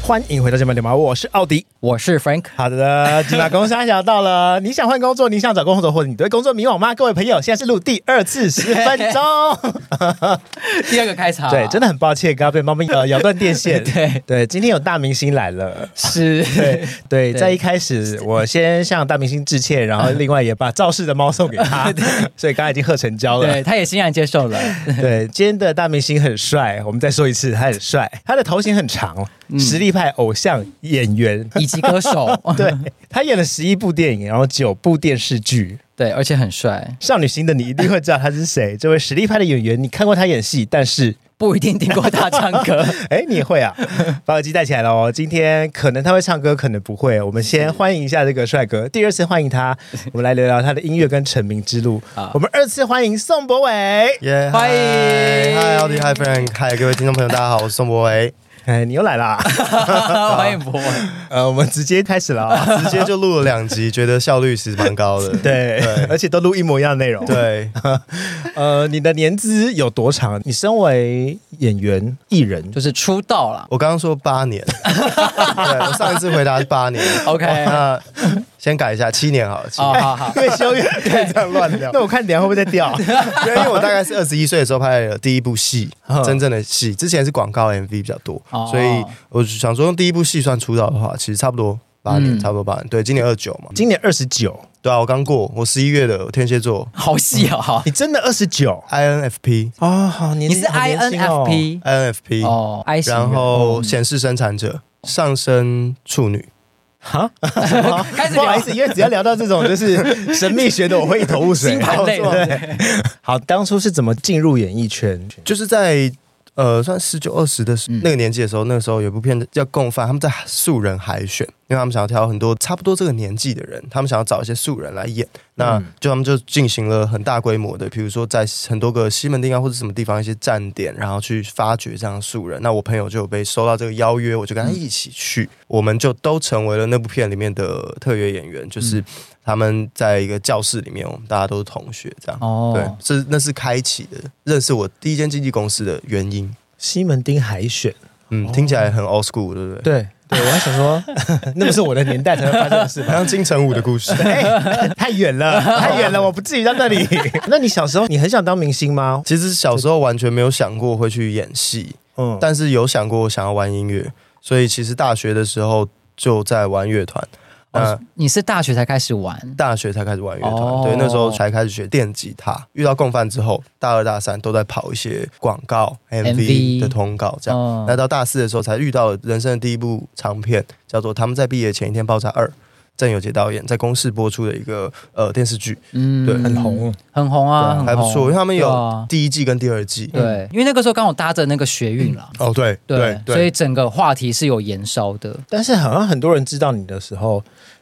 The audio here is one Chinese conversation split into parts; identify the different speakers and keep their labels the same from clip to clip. Speaker 1: 欢迎回到这边聊吧，我是奥迪。
Speaker 2: 我是 Frank，
Speaker 1: 好的，今晚工商小到了，你想换工作，你想找工作，或者你对工作迷惘吗？各位朋友，现在是录第二次十分钟。
Speaker 2: 第二个开场，
Speaker 1: 对，真
Speaker 2: 的
Speaker 1: 的很抱歉，刚刚被猫咪呃咬断电线。
Speaker 2: 对
Speaker 1: 对，今天有大明星来了。
Speaker 2: 是，
Speaker 1: 对对，
Speaker 2: 对
Speaker 1: 在一开始我先向大明星致歉，然后另外也把肇事的猫送给 他，所以刚刚已经喝成交了
Speaker 2: 对，。他也欣然接受了，
Speaker 1: 对，今天的大明星很帅，我们再说一次，他很帅，他的头型很长，实力派偶像演员。
Speaker 2: 以及歌手，
Speaker 1: 对他演了十一部电影，然后九部电视剧。
Speaker 2: 对，而且很帅，
Speaker 1: 少女心的你一定会知道他是谁，这位实力派的演员，你看过他演戏，但 是
Speaker 2: 不一定听过他唱歌。
Speaker 1: 哎，你也会啊？把耳机戴起来了哦。今天可能他会唱歌，可能不会。我们先欢迎一下这个帅哥，第二次欢迎 他，我们来聊聊他的音乐跟成名之路
Speaker 2: 好。
Speaker 1: 我们二次欢迎宋博伟，
Speaker 3: 耶、
Speaker 2: 欢迎
Speaker 3: 嗨，奥迪，嗨，Frank，嗨，各位听众朋友，大家好，我是宋博 维，
Speaker 1: 哎，你又来啦！
Speaker 2: 欢迎博文，
Speaker 1: 呃，我们直接开始了啊、
Speaker 3: 直接就录了两集，觉得效率其实蛮高 的。
Speaker 1: 对，而且都录一模一样的内容。，
Speaker 3: 对，
Speaker 1: 呃，你的年资有多长？你身为演员、艺 人，
Speaker 2: 就是出道了。
Speaker 3: 我刚刚说 八年，对我上一次回答是八年
Speaker 2: OK
Speaker 3: 那先改一下，七年好了，七
Speaker 2: 哦，
Speaker 3: 年。
Speaker 2: 好好，
Speaker 1: 退休 越
Speaker 3: 这样乱 聊
Speaker 1: 那我看等一下会不会再掉？
Speaker 3: 对，因为我大概是二十一岁的时候拍了第一 部戏
Speaker 1: 嗯，
Speaker 3: 真正的戏，之前是广告 MV 比较多
Speaker 2: 哦，
Speaker 3: 所以我想说用第一部戏算出道的话，其实差不多八年，
Speaker 2: 嗯
Speaker 3: 差不多八年。对，今年二九嘛，
Speaker 1: 今年二十九，
Speaker 3: 对啊，我刚过，我十一月的我天蝎座
Speaker 2: 好细哦，好，
Speaker 1: 你真的二十九
Speaker 3: INFP
Speaker 1: 哦，好年
Speaker 2: 你
Speaker 1: 轻，
Speaker 2: 是
Speaker 1: 好年轻哦
Speaker 2: INFP
Speaker 3: INFP
Speaker 2: 哦，I 型人
Speaker 3: 哎然后显示生产者，上升处女，
Speaker 1: 哈，
Speaker 2: 开始
Speaker 1: 不好
Speaker 2: 聊
Speaker 1: 意，思，因为只要聊到这种就是 神秘学的，我会一头雾水
Speaker 2: 星。盘类的，
Speaker 1: 好，当初是怎么进入演艺圈？
Speaker 3: 就是在呃算十九二十的
Speaker 2: 嗯
Speaker 3: 时那个年纪的时候，那个时候有部片叫《共犯》，他们在素人海选，因为他们想要挑很多差不多这个年纪的人，他们想要找一些素人来演，
Speaker 2: 嗯
Speaker 3: 那就他们就进行了很大规模的，比如说在很多个西门町啊或者什么地方一些站点，然后去发掘这样的素人。那我朋友就有被收到这个邀约，我就跟他一起去，我们就都成为了那部片里面的特约演员，就是。他们在一个教室里面，我们大家都是同学，这样。对
Speaker 2: 哦，，
Speaker 3: 是那是开启的认识我第一间经纪公司的原因。
Speaker 1: 西门町海选，
Speaker 2: 哦
Speaker 3: 嗯，听起来很 old school，对不对？，
Speaker 1: 对对，我还想 说，那不是我的年代才会发生的事
Speaker 3: 好
Speaker 1: 吧？
Speaker 3: 像金城武的 故事。
Speaker 1: 哎，太远 了，太远了，我不至于到那里。 那你小时候，你很想当明星吗？
Speaker 3: 其实小时候完全没有想过会去演戏，
Speaker 1: 嗯，
Speaker 3: 但是有想过我想要玩音乐，所以其实大学的时候就在玩乐团。
Speaker 2: 哦
Speaker 3: 呃，
Speaker 2: 你是大学才开始玩，
Speaker 3: 大学才开始玩乐团，
Speaker 2: 哦
Speaker 3: 对，那时候才开始学电吉他。遇到共犯之后，大二大三都在跑一些广告
Speaker 2: MV
Speaker 3: MV 的通告，这样。
Speaker 2: 哦
Speaker 3: 那到大四的时候才遇到了人生的第一部长片，叫做《他们在毕业前一天爆炸二》，郑有杰导演在公视播出的一个呃电视剧，
Speaker 2: 嗯
Speaker 3: 对
Speaker 1: 很红，
Speaker 2: 很红啊，很红
Speaker 3: 还不错，因为他们
Speaker 2: 对
Speaker 3: 有
Speaker 2: 啊
Speaker 3: 第一季跟第二季。
Speaker 2: 对，因为那个时候刚好搭着那个学运了，
Speaker 3: 哦，对
Speaker 2: 对，所以整个话题是有延烧的。
Speaker 1: 但是好像很多人知道你的时候，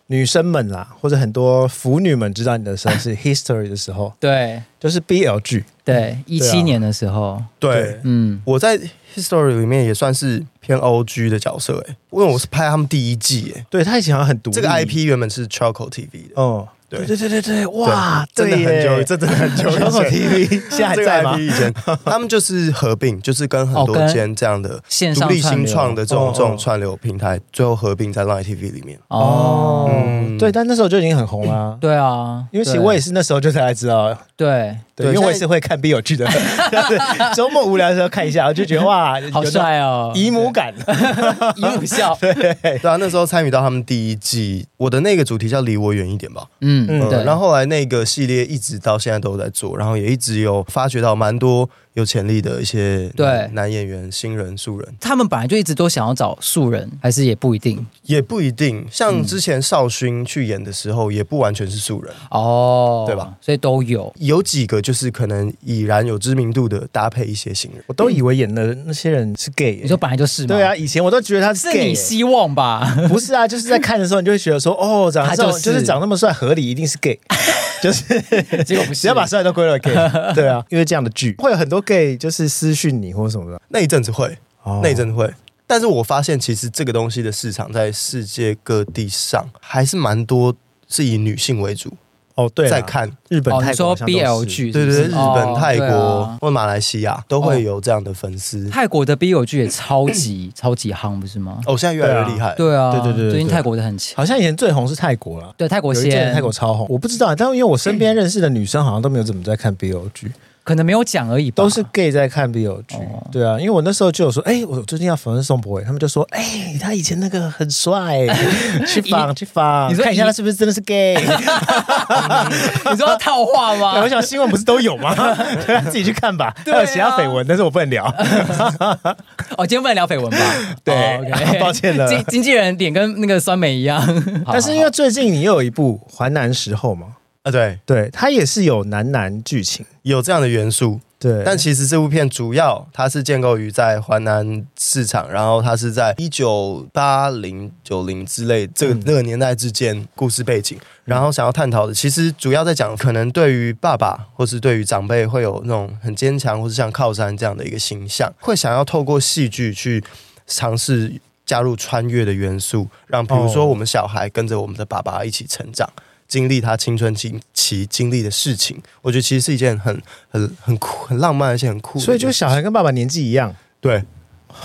Speaker 1: 女生们啦，或者很多腐女们知道你的时候是 history 的时候，
Speaker 2: 对
Speaker 1: 就是 BL 剧。
Speaker 2: 对，一
Speaker 1: 对啊
Speaker 2: 七年的时候，
Speaker 3: 对。
Speaker 2: 嗯，
Speaker 3: 我在 History 里面也算是偏 O G 的角色哎、因为我是拍他们第一季
Speaker 2: 哦
Speaker 3: 哎、
Speaker 1: 对他以前好像很独立。
Speaker 3: 这个 IP 原本是 Choco TV 的，
Speaker 1: 哦，
Speaker 3: 对
Speaker 1: 对对对对，哇，
Speaker 3: 真的很久，
Speaker 1: 久，
Speaker 3: 这真的很久以前。
Speaker 1: 小 TV 现在还
Speaker 3: 这个
Speaker 1: 在吗
Speaker 3: IP？以 前他们就是合并，就是跟很
Speaker 2: 哦
Speaker 3: 多
Speaker 2: 跟
Speaker 3: 间这样的
Speaker 2: 线
Speaker 3: 独
Speaker 2: 上
Speaker 3: 立
Speaker 2: 串
Speaker 3: 新
Speaker 2: 流
Speaker 3: 创的这种
Speaker 1: 哦
Speaker 3: 这
Speaker 1: 哦
Speaker 3: 种串流平台，最后合并在 Line TV 里面。
Speaker 2: 哦，
Speaker 3: 嗯
Speaker 1: 对，但那时候就已经很红啦。
Speaker 2: 对啊，
Speaker 1: 因为其实
Speaker 2: 对
Speaker 1: 我也是那时候就才知道，
Speaker 2: 对，
Speaker 1: 对，
Speaker 3: 对
Speaker 1: 因为我也
Speaker 3: 现在
Speaker 1: 是会看 BL 剧的，就是周末无聊的时候看一下，我就觉得哇，
Speaker 2: 好
Speaker 1: 有那种
Speaker 2: 帅哦，
Speaker 1: 姨母感，
Speaker 2: 姨母 笑，
Speaker 3: 对啊，那时候参与到他们第一季，我的那个主题叫“离我远一点”吧。
Speaker 2: 嗯
Speaker 1: 嗯
Speaker 2: 对，
Speaker 3: 嗯，然后后来那个系列一直到现在都在做，然后也一直有发掘到蛮多有潜力的一些
Speaker 2: 对
Speaker 3: 男男演员、新人、素人，
Speaker 2: 他们本来就一直都想要找素人，还是也不一
Speaker 1: 嗯
Speaker 2: 定
Speaker 3: 也不一定。像之前少勋去演的时候，也不完全是素人，
Speaker 2: 哦，
Speaker 3: 对吧？
Speaker 2: 所以都有，
Speaker 3: 有几个就是可能已然有知名度的搭配一些新人。
Speaker 1: 我都以为演的那些人是 gay 耶。
Speaker 2: 你说本来就是嘛，
Speaker 1: 对啊，，以前我都觉得他是
Speaker 2: 是
Speaker 1: gay
Speaker 2: 你
Speaker 1: 耶。
Speaker 2: 希 望吧？
Speaker 1: 不是啊，就是在看的时候，你就会觉得说，哦，长得这种
Speaker 2: 他就
Speaker 1: 就
Speaker 2: 是
Speaker 1: 是长那么帅，合理一定是 gay，就是
Speaker 2: 结果不是，
Speaker 1: 只要把帅都归了 gay，对啊，因为这样的剧会有很多 gay 就是私讯你或什么的，
Speaker 3: 那一阵子会，
Speaker 1: 哦
Speaker 3: 那一阵子会。但是我发现，其实这个东西的市场在世界各地上还是蛮多，是以女性为主。
Speaker 1: 哦，对啦，
Speaker 3: 再看。
Speaker 1: 日本、
Speaker 2: 哦，
Speaker 1: 泰
Speaker 2: 你
Speaker 1: 国好
Speaker 2: 说
Speaker 1: 像都是
Speaker 2: BL 剧
Speaker 3: 对
Speaker 2: 是不
Speaker 3: 对
Speaker 2: 是，
Speaker 3: 对，日本、
Speaker 2: 哦
Speaker 3: 泰
Speaker 2: 对
Speaker 3: 国
Speaker 2: 啊哦
Speaker 3: 或马来西亚都会有这样的粉丝。
Speaker 2: 泰国的 BL 剧也超 级超级夯，不是吗？
Speaker 3: 哦，现在越来越厉害。
Speaker 2: 对啊，
Speaker 1: 对对对对
Speaker 2: 最近
Speaker 1: 对
Speaker 2: 泰国的很强，
Speaker 1: 好像以前最红是泰国了。
Speaker 2: 对泰国
Speaker 1: 有一阵
Speaker 2: 先
Speaker 1: 泰国超红，我不知道，但因为我身
Speaker 2: 嗯
Speaker 1: 边认识的女生好像都没有怎么在看 BL 剧，
Speaker 2: 可能没有讲而已吧，
Speaker 1: 都是 gay 在看 BL 剧
Speaker 2: 啊哦。
Speaker 1: 对啊，因为我那时候就有说，哎，我最近要访问宋博伟，他们就说，哎，他以前那个很 帅，去访去访，
Speaker 2: 你说
Speaker 1: 看一下
Speaker 2: 一
Speaker 1: 他是不是真的是 gay。
Speaker 2: 你说套话
Speaker 1: 对我
Speaker 2: 吗？
Speaker 1: 想新闻不是都有吗？对啊自己去看吧。
Speaker 2: 啊对
Speaker 1: 还
Speaker 2: 啊
Speaker 1: 有其他绯闻，但是我不能聊。
Speaker 2: 哦，今天不能聊绯闻吧？
Speaker 1: 对
Speaker 2: 哦，OK
Speaker 1: 抱歉了
Speaker 2: 经经纪人脸跟那个酸梅一样，
Speaker 1: 但是因为最近你又有一部《淮南时候》嘛，
Speaker 3: 啊，对，
Speaker 1: 对，它也是有男男剧情。
Speaker 3: 有这样的元素。
Speaker 1: 对，
Speaker 3: 但其实这部片主要它是建构于在华南市场，然后它是在一九八零九零之类这个、
Speaker 1: 嗯
Speaker 3: 那个年代之间故事背景，然后想要探讨的，其实主要在讲可能对于爸爸或是对于长辈会有那种很坚强或是像靠山这样的一个形象，会想要透过戏剧去尝试。加入穿越的元素，让比如说
Speaker 1: 哦
Speaker 3: 我们小孩跟着我们的爸爸一起成长，经历他青春期期经历的事情，我觉得其实是一件很很很酷、很浪漫而且很酷的一件事。
Speaker 1: 所以就小孩跟爸爸年纪一样，
Speaker 3: 对，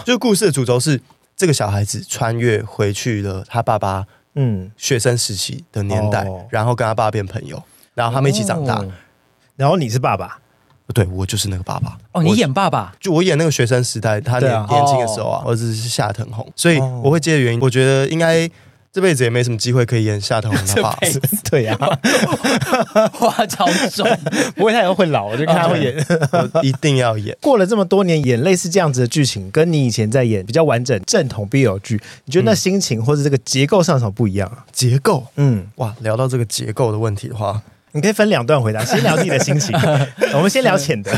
Speaker 3: 就是故事的主轴是这个小孩子穿越回去了他爸爸
Speaker 1: 嗯，
Speaker 3: 学生时期的年代，
Speaker 1: 哦
Speaker 3: 然后跟他爸爸变朋友，然后他们一起长大。
Speaker 1: 哦然后你是爸爸，
Speaker 3: 对我就是那个爸爸
Speaker 2: 哦，你
Speaker 3: 我
Speaker 2: 演爸 爸
Speaker 3: 就我演那个学生时代，他
Speaker 1: 对
Speaker 3: 年、
Speaker 1: 啊
Speaker 3: 年轻的时候啊，我儿子是夏腾红，所以
Speaker 1: 哦
Speaker 3: 我会接的原因，我觉得应该这辈子也没什么机会可以演夏腾 红的爸
Speaker 2: 这辈子
Speaker 1: 对呀、
Speaker 2: 话超 重，
Speaker 1: 不过他也会老，我就看他会演。
Speaker 3: 我 一定要演。
Speaker 1: 过了这么多年，演类似这样子的剧情，跟你以前在演比较完整正统 BL 剧，你觉得那心情或者这个结构上有什么不一样啊？
Speaker 3: 结构
Speaker 1: 嗯，
Speaker 3: 哇，聊到这个结构的问题的话，
Speaker 1: 你可以分两段回答，先聊自己的心 情，我们先聊浅的。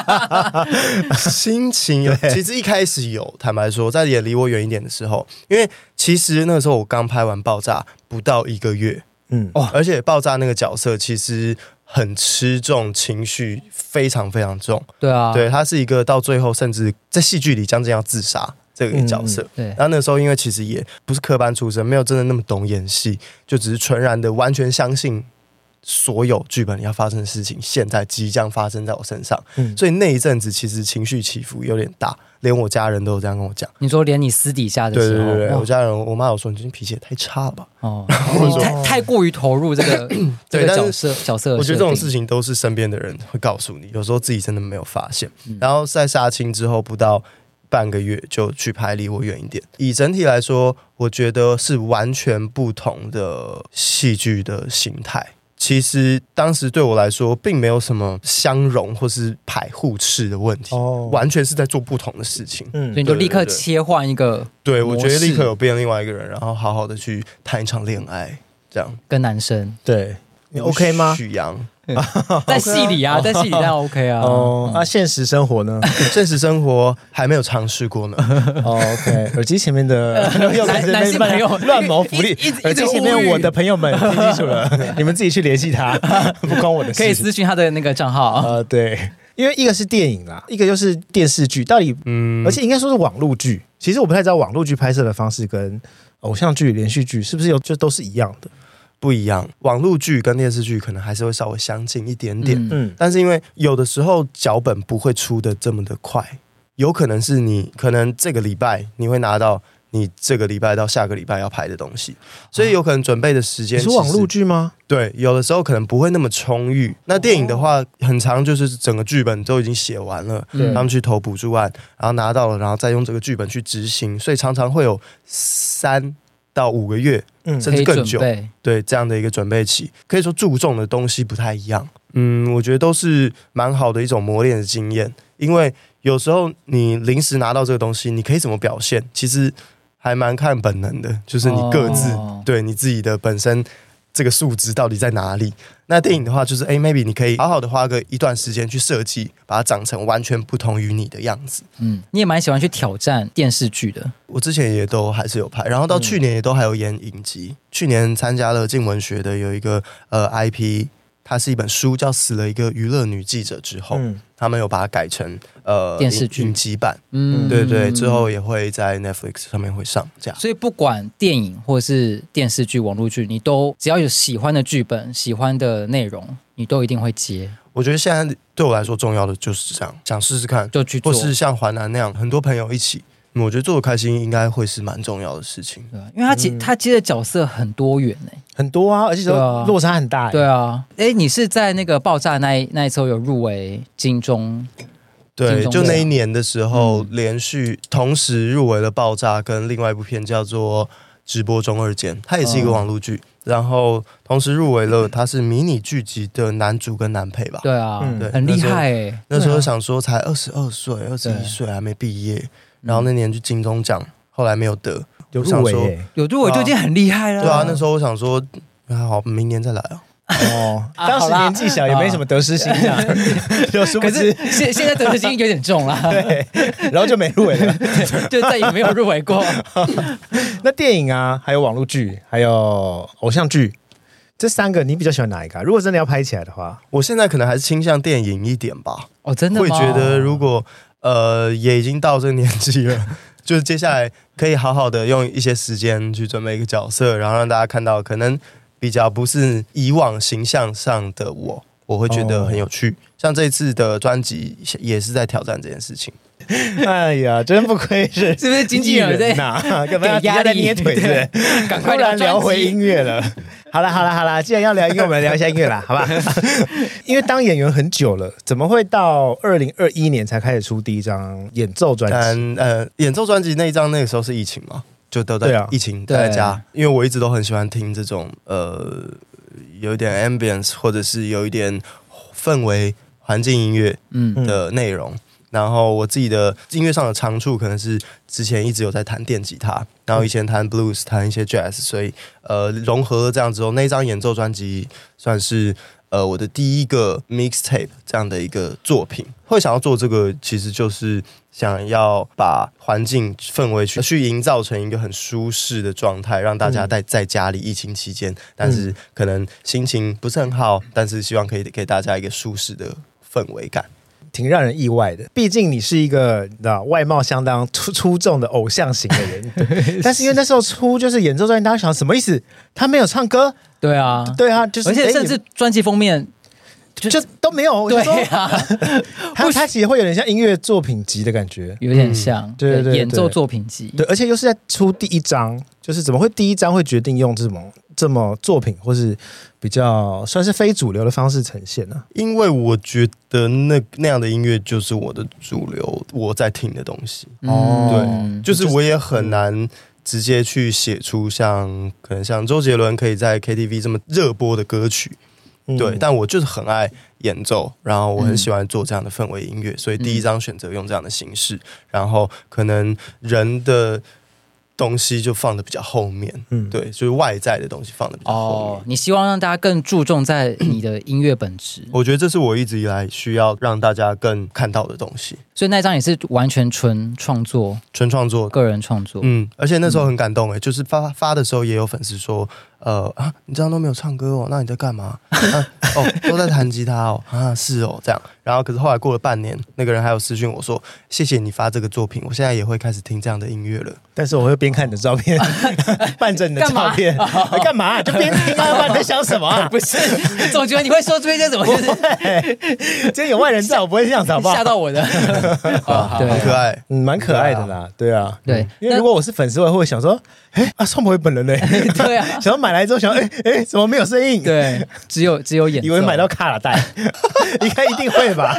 Speaker 3: 心情有，其实一开始有，坦白说，在也离我远一点的时候，因为其实那个时候我刚拍完《爆炸》不到一个月，
Speaker 1: 嗯，
Speaker 3: 哇、而且《爆炸》那个角色其实很吃重情绪，非常非常重，
Speaker 2: 对啊，
Speaker 3: 对，他是一个到最后甚至在戏剧里将近要自杀这个角色。
Speaker 2: 嗯对
Speaker 3: 然后那时候，因为其实也不是科班出身，没有真的那么懂演戏，就只是纯然的完全相信所有剧本里要发生的事情，现在即将发生在我身上。
Speaker 1: 嗯
Speaker 3: 所以那一阵子其实情绪起伏有点大，连我家人都有这样跟我讲。
Speaker 2: 你说连你私底下的
Speaker 3: 对
Speaker 2: 时
Speaker 3: 对对
Speaker 2: 候，
Speaker 3: 对，
Speaker 2: 哇
Speaker 3: 我家人，我妈有说你最近脾气也太差了吧？
Speaker 2: 哦，
Speaker 3: 我
Speaker 2: 你
Speaker 3: 说
Speaker 2: 太太过于投入这 个这
Speaker 3: 对
Speaker 2: 个
Speaker 3: 但是
Speaker 2: 角色角色，
Speaker 3: 我觉得这种事，情都是身边的人会告诉你，有时候自己真的没有发现。
Speaker 2: 嗯
Speaker 3: 然后在杀青之后不到半个月就去拍离我远一点。以整体来说，我觉得是完全不同的戏剧的形态。其实当时对我来说，并没有什么相容或是排互斥的问题，
Speaker 1: 哦
Speaker 3: 完全是在做不同的事情。
Speaker 1: 嗯
Speaker 2: 所以你就立刻
Speaker 3: 对对对
Speaker 2: 切换一个
Speaker 3: 对我觉
Speaker 2: 模
Speaker 3: 得
Speaker 2: 式
Speaker 3: 立刻有变另外一个人，然后好好的去谈一场恋爱，这样
Speaker 2: 跟男生，
Speaker 1: 对你 OK 吗？
Speaker 3: 许阳，
Speaker 2: 在戏里
Speaker 3: 哦
Speaker 2: 啊，在戏里当 然 OK 啊，
Speaker 1: 哦，那、现实生活 呢？
Speaker 3: 现实生活还没有尝试过呢。
Speaker 1: 哦，OK，耳机前面的 又开始
Speaker 2: 男性朋友
Speaker 1: 乱谋福利
Speaker 2: 一一直，
Speaker 1: 耳机
Speaker 2: 一直
Speaker 1: 前面
Speaker 2: 呼吁
Speaker 1: 我的朋友 们听清楚了，你们自己去联系他， 不关我的事。
Speaker 2: 可以私讯他的那个账
Speaker 3: 哦
Speaker 2: 号，啊
Speaker 1: 呃，对，因为一个是电影啦，一个就是电视剧，到底，
Speaker 3: 嗯
Speaker 1: 而且应该说是网络剧。其实我不太知道网络剧拍摄的方式跟偶像剧、连续剧是不是有就都是一样的。
Speaker 3: 不一样，网络剧跟电视剧可能还是会稍微相近一点点，
Speaker 2: 嗯
Speaker 1: 嗯，
Speaker 3: 但是因为有的时候脚本不会出的这么的快，有可能是你可能这个礼拜你会拿到你这个礼拜到下个礼拜要拍的东西，所以有可能准备的时
Speaker 1: 你
Speaker 3: 间
Speaker 1: 说哦网
Speaker 3: 其实
Speaker 1: 络剧吗？
Speaker 3: 对，有的时候可能不会那么充裕。那电影的话，很长就是整个剧本都已经写完了，
Speaker 2: 对
Speaker 3: 他们去投补助案，然后拿到了，然后再用这个剧本去执行，所以常常会有三到五个月
Speaker 1: 嗯，
Speaker 3: 甚
Speaker 2: 可
Speaker 3: 至
Speaker 2: 以
Speaker 3: 更
Speaker 2: 准
Speaker 3: 久。
Speaker 2: 备，
Speaker 3: 对这样的一个准备期，可以说注重的东西不太一样。嗯，我觉得都是蛮好的一种磨练的经验，因为有时候你临时拿到这个东西，你可以怎么表现，其实还蛮看本能的，就是你各自、
Speaker 2: 哦
Speaker 3: 对你自己的本身这个数值到底在哪里。那电影的话，就是诶 m a y b e 你可以好好的花个一段时间去设计，把它长成完全不同于你的样子。
Speaker 2: 嗯，你也蛮喜欢去挑战电视剧的，
Speaker 3: 我之前也都还是有拍，然后
Speaker 2: 嗯
Speaker 3: 到去年也都还有演影集。去年参加了静文学的有一个呃 IP，它是一本书，叫《死了一个娱乐女记者》之后，
Speaker 1: 嗯
Speaker 3: 他们有把它改成呃
Speaker 2: 电视剧
Speaker 3: 影影集版，
Speaker 2: 嗯
Speaker 3: 对对，之后也会在 Netflix 上面会上架。
Speaker 2: 所以不管电影或是电视剧、网络剧，你都只要有喜欢的剧本、喜欢的内容，你都一定会接，
Speaker 3: 我觉得现在对我来说重要的就是这样，想试试看，
Speaker 2: 就去
Speaker 3: 或
Speaker 2: 做。
Speaker 3: 是像华南那样，很多朋友一起，嗯我觉得做的开心应该会是蛮重要的事情。
Speaker 2: 对啊，因为他接、他接的角色很多元诶、
Speaker 1: 很多啊，而且
Speaker 2: 对啊
Speaker 1: 说落差很大、欸。
Speaker 2: 对啊，哎，你是在那个爆炸那一那一周有入围金钟，
Speaker 3: 对，
Speaker 2: 金钟
Speaker 3: 就那
Speaker 2: 奖
Speaker 3: 一年的时候，
Speaker 2: 嗯
Speaker 3: 连续同时入围了《爆炸》跟另外一部片叫做《直播中二间》，它也是一个
Speaker 2: 嗯
Speaker 3: 网络剧，然后同时入围了，它是迷你剧集的男主跟男配吧。
Speaker 2: 对啊，
Speaker 1: 嗯
Speaker 3: 对
Speaker 2: 很厉害欸诶、
Speaker 3: 那时
Speaker 1: 对
Speaker 3: 候
Speaker 1: 啊
Speaker 3: 想说才二十二岁、二十
Speaker 2: 对嗯
Speaker 3: 一岁还没毕业，然后那年去金钟奖，后来没有得。
Speaker 1: 有入
Speaker 3: 我想
Speaker 1: 围、
Speaker 3: 说
Speaker 1: 欸。
Speaker 2: 有入围就已经很厉害了。
Speaker 3: 对啊，那时候我想说，啊好，明年再来啊。
Speaker 1: 哦，
Speaker 2: 啊哦
Speaker 1: 当时年纪小也没什么得失心这样， 就殊不
Speaker 2: 可是
Speaker 1: 知，
Speaker 2: 现现在得失心有点重 啦，
Speaker 1: 然后就没入围了。
Speaker 2: 就再也没有入围过。
Speaker 1: 那电影啊，还有网络剧，还有偶像剧，这三个你比较喜欢哪一个啊、如果真的要拍起来的话，
Speaker 3: 我现在可能还是倾向电影一点吧，
Speaker 2: 哦，真的吗
Speaker 3: 会觉得如果呃也已经到这个年纪了， 就是接下来可以好好的用一些时间去准备一个角色，然后让大家看到可能比较不是以往形象上的我，我会觉得很有趣。
Speaker 2: 哦
Speaker 3: 像这一次的专辑也是在挑战这件事情。
Speaker 1: 哎呀，真不愧是
Speaker 2: 是不是经纪
Speaker 1: 艺
Speaker 2: 人在
Speaker 1: 人呐，干嘛要
Speaker 2: 给压
Speaker 1: 底下在
Speaker 2: 力
Speaker 1: 捏腿
Speaker 2: 对
Speaker 1: 子？
Speaker 2: 赶
Speaker 1: 突
Speaker 2: 快
Speaker 1: 然聊
Speaker 2: 专辑
Speaker 1: 回音乐了。好了好了好了，既然要聊音乐，我们聊一下音乐啦， 好吧？因为当演员很久了，怎么会到二零二一年才开始出第一张演奏专辑？
Speaker 3: 但呃，演奏专辑那一张那个时候是疫情嘛，就都
Speaker 1: 对
Speaker 3: 在
Speaker 1: 啊
Speaker 3: 疫情
Speaker 2: 对
Speaker 3: 待在家，因为我一直都很喜欢听这种呃有一点 ambience 或者是有一点氛围环境音乐
Speaker 2: 嗯，
Speaker 3: 的内容。然后我自己的音乐上的长处可能是之前一直有在弹电吉他，然后以前弹 blues 弹一些 jazz，所以呃融合了这样之后，那张演奏专辑算是呃我的第一个 mixtape 这样的一个作品。会想要做这个，其实就是想要把环境氛围去去营造成一个很舒适的状态，让大家在在家里疫情期间，但是可能心情不是很好，但是希望可以给大家一个舒适的氛围感。
Speaker 1: 挺让人意外的，毕竟你是一个你知道外貌相当出出众的偶像型的 人，对但是因为那时候出就是演奏专辑，大家想什么意思？他没有唱歌，
Speaker 2: 对啊，
Speaker 1: 对啊，就是
Speaker 2: 而且
Speaker 1: 哎
Speaker 2: 甚至专辑封面
Speaker 1: 你就都没有，
Speaker 2: 对
Speaker 1: 我就 说
Speaker 2: 啊，
Speaker 1: 他他其实会有点像音乐作品集的感觉，
Speaker 2: 有点像
Speaker 1: 嗯对对对
Speaker 2: 演奏作品集，
Speaker 1: 对，而且又是在出第一张，就是怎么会第一张会决定用这么这么作品或是比较算是非主流的方式呈现呢、
Speaker 3: 因为我觉得那那样的音乐就是我的主流，我在听的东西，
Speaker 2: 嗯
Speaker 1: 哦
Speaker 3: 就是我也很难直接去写出像可能像周杰伦可以在 KTV 这么热播的歌曲，
Speaker 1: 嗯
Speaker 3: 对，但我就是很爱演奏，然后我很喜欢做这样的氛围音乐，所以第一张选择用这样的形式，然后可能人的东西就放的比较后面，
Speaker 1: 嗯，
Speaker 3: 对，就是外在的东西放的比较后面。
Speaker 2: 哦，你希望让大家更注重在你的音乐本质，
Speaker 3: 我觉得这是我一直以来需要让大家更看到的东西，
Speaker 2: 所以那张也是完全纯创作，
Speaker 3: 纯创作
Speaker 2: 个人创作。
Speaker 3: 嗯，而且那时候很感动哎、就是发发的时候也有粉丝说，呃啊，你这样都没有唱歌哦，那你在干嘛？啊、哦，都在弹吉他哦， 啊是哦这样。然后可是后来过了半年，那个人还有私讯我说，谢谢你发这个作品，我现在也会开始听这样的音乐了。
Speaker 1: 但是我会边看你的照 片，伴着你的
Speaker 2: 干嘛
Speaker 1: 照片，哎 干嘛、就边听啊，不然你在想什么啊？
Speaker 2: 不是， 总觉得你会说出一些怎么就是
Speaker 1: 今天有外人在，我不会这样子， 好不
Speaker 2: 吓
Speaker 1: 好？
Speaker 2: 到 我的。哦
Speaker 3: 很可
Speaker 2: 对
Speaker 3: 爱。
Speaker 1: 嗯，蛮可爱的啦，对啊，
Speaker 2: 对
Speaker 1: 嗯因为如果我是粉丝，我会想说，哎啊，宋博伟本人呢？
Speaker 2: 对啊，
Speaker 1: 想要买来之后想，哎哎，怎么没有声音？，
Speaker 2: 对，只有只有演奏，
Speaker 1: 以为买到卡拉带， 应该一定会 吧？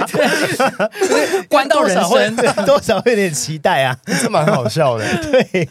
Speaker 2: 关到人
Speaker 1: 多少
Speaker 2: 生。
Speaker 1: 会多少会有点期待啊。
Speaker 3: 这蛮好笑的、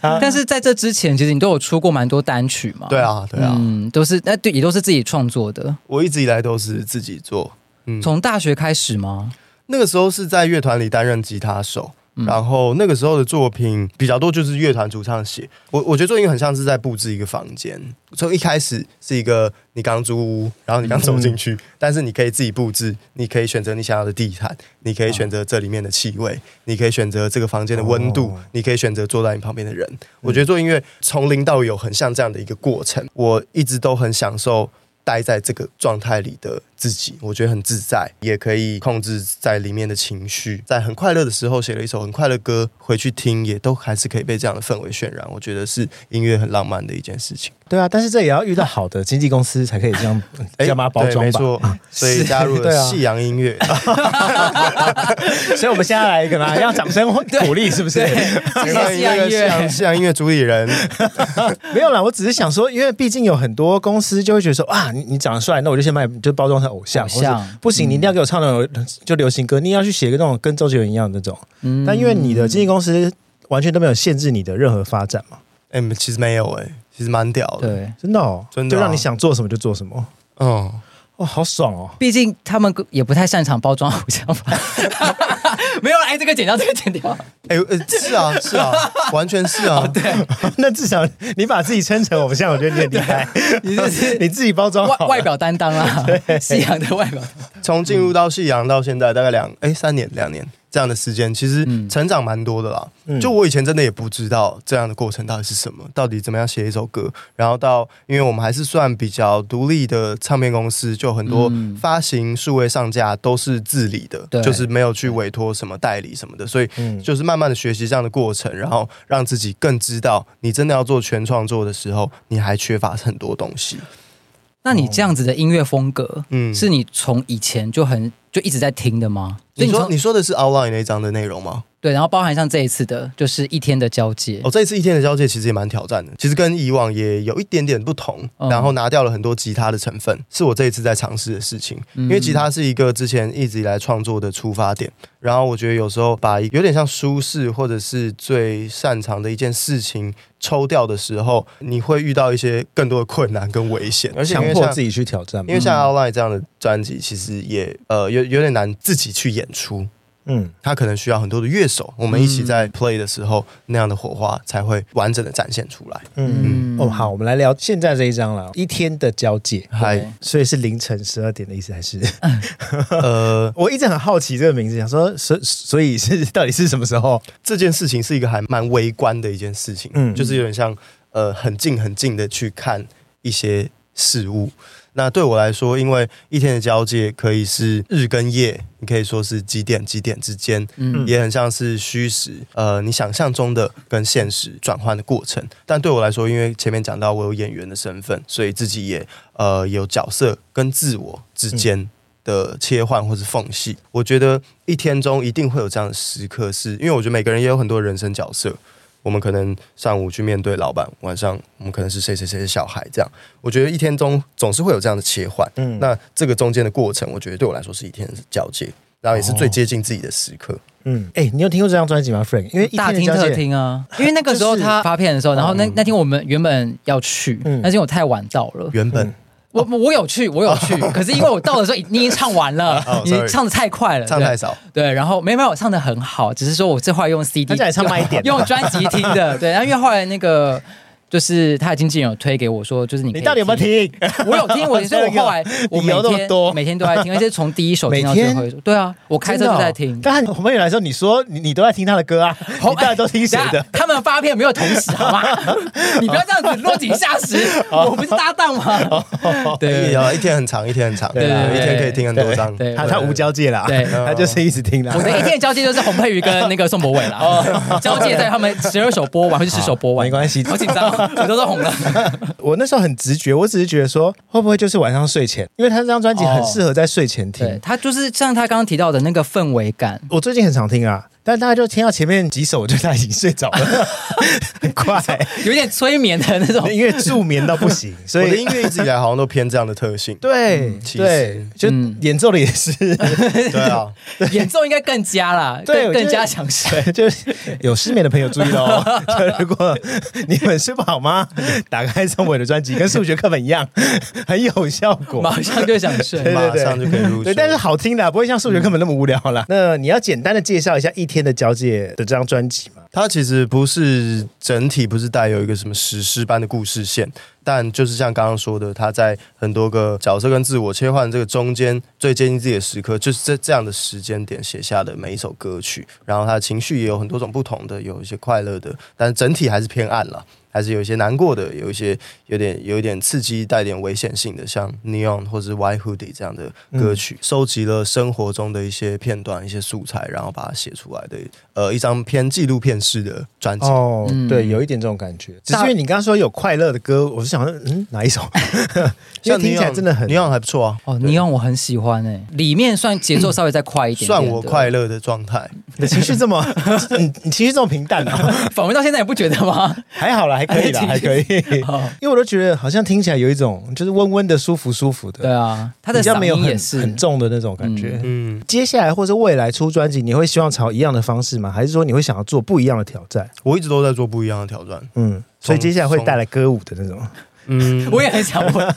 Speaker 2: 但是在这之前，其实你都有出过蛮多单曲嘛。
Speaker 3: 对啊，对啊，
Speaker 2: 嗯，都是那对也都是自己创作的。
Speaker 3: 我一直以来都是自己做。嗯，
Speaker 2: 从大学开始吗？
Speaker 3: 那个时候是在乐团里担任吉他手，然后那个时候的作品比较多就是乐团主唱写。我我觉得做音乐很像是在布置一个房间，从一开始是一个你刚租屋，然后你刚走进去，但是你可以自己布置，你可以选择你想要的地毯，你可以选择这里面的气味，你可以选择这个房间的温度，
Speaker 1: 哦
Speaker 3: 你可以选择坐在你旁边的人。我觉得做音乐从零到有很像这样的一个过程，我一直都很享受。待在这个状态里的自己，我觉得很自在，也可以控制在里面的情绪。在很快乐的时候写了一首很快乐歌，回去听也都还是可以被这样的氛围渲染。我觉得是音乐很浪漫的一件事情。
Speaker 1: 对啊，但是这也要遇到好的经纪公司才可以这 样这样把它包
Speaker 3: 对
Speaker 1: 装
Speaker 3: 没
Speaker 1: 吧。
Speaker 3: 错，所以加入
Speaker 1: 对
Speaker 3: 了
Speaker 1: 啊
Speaker 3: 夕阳音乐。
Speaker 1: 所以我们现在来一 个嘛，要掌声鼓励，是不是？
Speaker 2: 这
Speaker 3: 欢
Speaker 2: 些
Speaker 3: 迎
Speaker 2: 西
Speaker 3: 那
Speaker 2: 洋
Speaker 3: 个
Speaker 2: 音
Speaker 3: 夕阳
Speaker 2: 乐，
Speaker 3: 夕阳音乐主理人，
Speaker 1: 没有啦，我只是想说，因为毕竟有很多公司就会觉得说，啊，你你长得帅，那我就先把你就包装成偶像，
Speaker 2: 偶像
Speaker 1: 或是不行，你一定要给我唱那种就流行歌，你要去写个那种跟周杰伦一样的那种。
Speaker 2: 嗯
Speaker 1: 但因为你的经纪公司完全都没有限制你的任何发展嘛，
Speaker 3: 哎、其实没有哎、其实蛮屌的。
Speaker 2: 对，
Speaker 1: 真的哦，
Speaker 3: 真的啊
Speaker 1: 就让你想做什么就做什么，
Speaker 3: 嗯，
Speaker 1: 哇，好爽哦！
Speaker 2: 毕竟他们也不太擅长包装偶像吧。 没有，哎，这个剪掉，这个剪掉。
Speaker 3: 哎、呃是啊，是啊，完全是
Speaker 1: 哦
Speaker 3: 啊。
Speaker 1: 那至少你把自己称成偶像，我觉得你很厉害，
Speaker 2: 你这 是
Speaker 1: 你自己包装
Speaker 2: 外
Speaker 1: 好了
Speaker 2: 外表担当啦，西洋的外表担当。
Speaker 3: 从进入到夕阳到现在，大概两
Speaker 2: 嗯
Speaker 3: 哎、三年两年这样的时间，其实成长蛮多的啦。
Speaker 1: 嗯
Speaker 3: 就我以前真的也不知道这样的过程到底是什么，到底怎么样写一首歌，然后到因为我们还是算比较独立的唱片公司，就很多
Speaker 2: 嗯
Speaker 3: 发行、数位上架都是自理的，
Speaker 2: 对
Speaker 3: 就是没有去委托什么代理什么的，所以
Speaker 1: 嗯
Speaker 3: 就是慢慢的学习这样的过程，然后让自己更知道，你真的要做全创作的时候，你还缺乏很多东西。
Speaker 2: 那你这样子的音乐风格，
Speaker 3: 嗯
Speaker 2: 是你从以前就很就一直在听的吗？所以
Speaker 3: 你说
Speaker 2: 从
Speaker 3: 你说的是 outline 那一章的内容吗？
Speaker 2: 对，然后包含像这一次的，就是一天的交接，
Speaker 3: 哦，这一次一天的交界其实也蛮挑战的，其实跟以往也有一点点不同，
Speaker 2: 嗯
Speaker 3: 然后拿掉了很多吉他的成分，是我这一次在尝试的事情。
Speaker 1: 嗯
Speaker 3: 因为吉他是一个之前一直以来创作的出发点，然后我觉得有时候把有点像舒适或者是最擅长的一件事情抽掉的时候，你会遇到一些更多的困难跟危险，而且因
Speaker 1: 强
Speaker 3: 为
Speaker 1: 迫
Speaker 3: 像
Speaker 1: 自己嗯去挑战嘛
Speaker 3: 因，为像 Outline 这样的专辑，其实也呃有有点难自己去演出，
Speaker 1: 嗯，
Speaker 3: 它可能需要很多的乐手，我们一起在 play 的时候，那样的火花才会完整的展现出来。
Speaker 1: 嗯
Speaker 2: 嗯
Speaker 1: 哦，好，我们来聊现在这一章了，一天的交界，
Speaker 3: 嗨，
Speaker 1: 所以是凌晨十二点的意思，还是？
Speaker 3: 呃，
Speaker 1: 我一直很好奇这个名字，想说，所所以是到底是什么时候？
Speaker 3: 这件事情是一个还蛮微观的一件事情，
Speaker 1: 嗯
Speaker 3: 就是有点像呃很近很近的去看一些事物。那对我来说，因为一天的交界可以是日跟夜，你可以说是几点几点之间，
Speaker 2: 嗯
Speaker 3: 也很像是虚实，呃，你想象中的跟现实转换的过程。但对我来说，因为前面讲到我有演员的身份，所以自己也呃有角色跟自我之间的切换或是缝隙。我觉得一天中一定会有这样的时刻是，因为我觉得每个人也有很多人生角色。我们可能上午去面对老板，晚上我们可能是谁谁谁的小孩，这样。我觉得一天中总是会有这样的切换。
Speaker 1: 嗯
Speaker 3: 那这个中间的过程，我觉得对我来说是一天的交界，然后也是最接近自己的时刻。
Speaker 1: 嗯，哎、你有听过这张专辑吗，Frank？因为一
Speaker 2: 大
Speaker 1: 天的
Speaker 2: 听
Speaker 1: 交
Speaker 2: 特
Speaker 1: 界，
Speaker 2: 听 啊，因为那个时候
Speaker 1: 就是
Speaker 2: 他发片的时候，然
Speaker 3: 哦
Speaker 2: 后那那天我们原本要去，
Speaker 1: 嗯
Speaker 2: 但是因为我太晚到了，
Speaker 3: 原本、
Speaker 1: 嗯
Speaker 2: 我我有去，我有去，可是因为我到的时候你已经唱完了
Speaker 3: 哦，
Speaker 2: 你
Speaker 3: sorry
Speaker 2: 唱的太快了，
Speaker 3: 唱
Speaker 2: 对
Speaker 3: 太少，
Speaker 2: 对，然后没有没有，我唱的很好，只是说我这后来用 CD，
Speaker 1: 他叫你唱慢一点
Speaker 2: 用专辑听的，对，然后因为后来那个。就是他的经纪人有推给我说，就是你可以
Speaker 1: 你到底有没有听？
Speaker 2: 我有听，我所以我后 来我每
Speaker 1: 理由那么
Speaker 2: 天
Speaker 1: 多
Speaker 2: 每天都在听，而且从第一首听到
Speaker 1: 每天
Speaker 2: 最后一首，对啊，我 开车就在听哦
Speaker 1: 真的哦。刚才我们有来说，你说你你都在听他的歌 啊，你到底都听谁
Speaker 2: 哎等
Speaker 1: 的
Speaker 2: 下？他们发片没有同时，好吗？你不要这样子落井下石，我不是搭档吗？
Speaker 1: 哎
Speaker 2: 对
Speaker 3: 然后哎一天很长，一天很长，啊
Speaker 1: 对
Speaker 2: 对对
Speaker 3: 一天可以听很多张。
Speaker 2: 对
Speaker 1: 他他无交界啦，
Speaker 2: 对
Speaker 1: 他就是一直听啦。
Speaker 2: 我的一天的交接就是洪佩瑜跟那个宋博伟 啦，交接在他们十二首播完，或是十首播完，
Speaker 1: 哦没关系
Speaker 2: 好紧张，我都是红了。
Speaker 1: 我那时候很直觉，我只是觉得说，会不会就是晚上睡前？因为他这张专辑很适合在睡前听。
Speaker 2: 哦对他就是像他刚刚提到的那个氛 围感，
Speaker 1: 我最近很常听啊，但大家就听到前面几首，我就大概已经睡着 了，很快，
Speaker 2: 有点催眠的那 种。
Speaker 1: 因为助眠到不 行，所
Speaker 3: 我的
Speaker 1: 以。
Speaker 3: 音乐一直以来好像都偏这样的特性
Speaker 1: 对
Speaker 3: 其实
Speaker 1: 对，就
Speaker 2: 嗯
Speaker 1: 演奏的也 是，
Speaker 3: 对啊，
Speaker 2: 演奏应该更加啦，
Speaker 1: 对
Speaker 2: 更
Speaker 1: 我觉得
Speaker 2: 更加享受。
Speaker 1: 对， 就是有失眠的朋友注意 喽。就如果你们睡不好吗？打开宋伟的专辑，跟数学课本一样， 很有效果。
Speaker 2: 马上就想睡
Speaker 1: 对。
Speaker 3: 马上就可以入
Speaker 1: 对，
Speaker 3: 睡。
Speaker 1: 但是好听的啊、不会像数学课本那么无聊啦。那你要简单的介绍一下《一天的交界》的这张专辑嘛？
Speaker 3: 它其实不是整体不是带有一个什么史诗般的故事线，但就是像刚刚说的，它在很多个角色跟自我切换这个中间最接近自己的时刻，就是在这样的时间点写下的每一首歌曲，然后他的情绪也有很多种不同的，有一些快乐的，但整体还是偏暗了。还是有一些难过的，有一些有点有一点刺激、带点危险性的，像《Neon》或是《White Hoodie》这样的歌曲，收集了生活中的一些片段、一些素材，然后把它写出来的，呃，一张偏纪录片式的专辑。
Speaker 1: 哦，
Speaker 2: 嗯
Speaker 1: 对，有一点这种感觉。只是
Speaker 2: 大
Speaker 1: 因为你刚刚说有快乐的歌，我是想说，嗯，哪一首？因为听起来真的很
Speaker 3: n e o n 还不错啊，
Speaker 2: 哦，你让我很喜欢哎、里面算节奏稍微再快一点点
Speaker 3: 算我
Speaker 2: 的
Speaker 3: 快，乐的状态。
Speaker 1: 你的情绪这么，你你情绪这么平淡啊？
Speaker 2: 访问到现在也不觉得吗？
Speaker 1: 还好啦，还可以啦，还可以。
Speaker 2: 哦
Speaker 1: 因为我都觉得好像听起来有一种就是温温的、舒服舒服的，
Speaker 2: 对啊，他的
Speaker 1: 比较
Speaker 2: 嗓
Speaker 1: 没有
Speaker 2: 音
Speaker 1: 很
Speaker 2: 也是
Speaker 1: 很重的那种感觉。
Speaker 3: 嗯，
Speaker 1: 接下来或者未来出专辑，你会希望朝一样的方式吗？还是说你会想要做不一样的挑战？
Speaker 3: 我一直都在做不一样的挑战。
Speaker 1: 嗯，所以接下来会带来歌舞的那种。
Speaker 3: 嗯，
Speaker 2: 我也很想 问，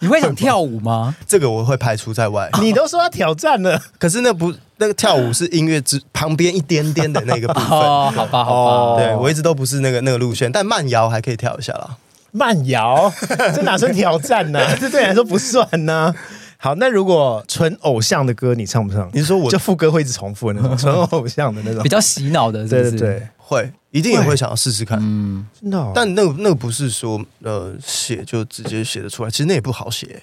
Speaker 2: 你会想跳舞吗？
Speaker 3: 这个我会排除在外。
Speaker 1: 你都说要挑战了，
Speaker 3: 可是那不那个跳舞是音乐之旁边一点点的那个部分。
Speaker 2: 哦，好吧，好
Speaker 1: 哦
Speaker 2: 吧，
Speaker 3: 对我一直都不是那个那个路线，但慢摇还可以跳一下啦。
Speaker 1: 慢 摇，这哪算挑战呢、这对你来说不算呢、好，那如果纯偶像的歌，你唱不唱？
Speaker 3: 你说我
Speaker 1: 就副歌会一直重复的那 种，纯偶像的那种
Speaker 2: 比。较洗脑的，是
Speaker 1: 对
Speaker 2: 不
Speaker 1: 对
Speaker 2: 是？
Speaker 1: 对，
Speaker 3: 会，一定也会想要试试看。
Speaker 2: 嗯，
Speaker 1: 真的哦、
Speaker 3: 但那个那个不是说呃写就直接写得出来，其实那也不好写。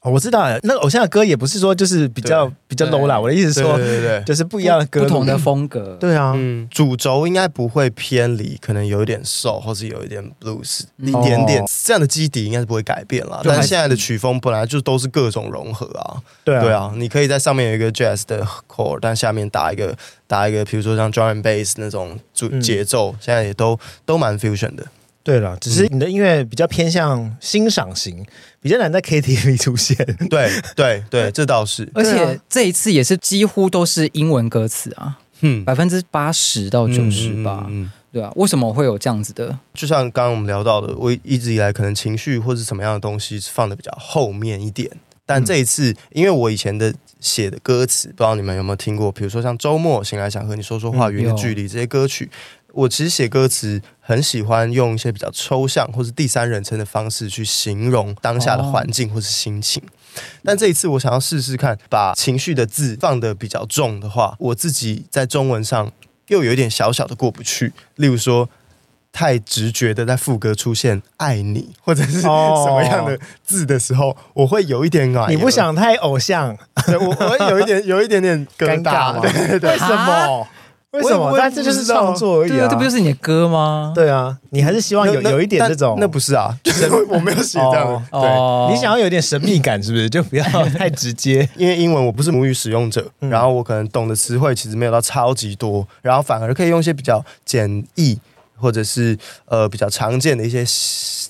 Speaker 1: 哦我知道了，那个偶像的歌也不是说就是比较
Speaker 3: 对
Speaker 1: 比较 low 啦。我的意思是
Speaker 3: 对
Speaker 1: 说，
Speaker 3: 对对对，
Speaker 1: 就是不一样的歌，
Speaker 2: 不同的。风格，
Speaker 1: 对啊，
Speaker 3: 嗯，主轴应该不会偏离，可能有一点 soul 或是有一点 blues，
Speaker 2: 嗯
Speaker 3: 一点点
Speaker 1: 哦
Speaker 3: 这样的基底应该是不会改变啦。
Speaker 2: 就还
Speaker 3: 但
Speaker 2: 是
Speaker 3: 现在的曲风本来就都是各种融合啊。
Speaker 1: 对啊，
Speaker 3: 对啊，你可以在上面有一个 jazz 的 core，但下面打一个打一个，比如说像 drum and bass 那种主
Speaker 1: 嗯
Speaker 3: 节奏，现在也都都蛮 fusion 的。
Speaker 1: 对
Speaker 3: 嗯
Speaker 1: 了，只是你的音乐比较偏向欣赏型，比较难在 KTV 出现。
Speaker 3: 对对对，这倒 是。
Speaker 2: 而
Speaker 1: 对
Speaker 2: 且
Speaker 1: 啊
Speaker 2: 这一次也是几乎都是英文歌词啊，
Speaker 3: 嗯，
Speaker 2: 百分之八十到九十
Speaker 3: 嗯
Speaker 2: 吧，
Speaker 3: 嗯嗯
Speaker 2: 对啊，为什么会有这样子的？
Speaker 3: 就像刚刚我们聊到的，我一直以来可能情绪或是什么样的东西是放的比较后面一点，
Speaker 2: 嗯
Speaker 3: 但这一次，因为我以前的写的歌词，不知道你们有没有听过，比如说像《周末醒来想和你说说话》《
Speaker 2: 嗯
Speaker 3: 云的
Speaker 2: 有
Speaker 3: 距离》这些歌曲，我其实写歌词很喜欢用一些比较抽象或是第三人称的方式去形容当下的
Speaker 2: 哦
Speaker 3: 环境或是心情。但
Speaker 2: 嗯
Speaker 3: 这一次我想要试试看，把情绪的字放的比较重的话，我自己在中文上又有一点小小的过不去。例如说，太直觉的在副歌出现“爱你”或者是什
Speaker 1: 哦
Speaker 3: 么样的字的时候，我会有一点啊，
Speaker 1: 你不想太偶像，
Speaker 3: 对，我我会有一点有一点点
Speaker 1: 尴尬
Speaker 3: 疙瘩
Speaker 1: 吗？。
Speaker 3: 对
Speaker 1: 对为什么
Speaker 2: 啊？
Speaker 1: 为什么
Speaker 3: 我？也
Speaker 1: 但这就是创作而已
Speaker 2: 对
Speaker 1: 啊
Speaker 2: 啊，这不就是你的歌吗？
Speaker 1: 对啊，你还是希望有
Speaker 3: 那
Speaker 1: 有一点
Speaker 3: 但
Speaker 1: 这种，
Speaker 3: 那不是啊，就是 我没有写这样的
Speaker 1: 哦，
Speaker 3: 对。。
Speaker 2: 哦
Speaker 1: 你想要有点神秘感，是不是？就不 要太直接
Speaker 3: 因为英文我不是母语使用者，
Speaker 1: 嗯
Speaker 3: 然后我可能懂的词汇其实没有到超级多，然后反而可以用一些比较简易或者是呃比较常见的一些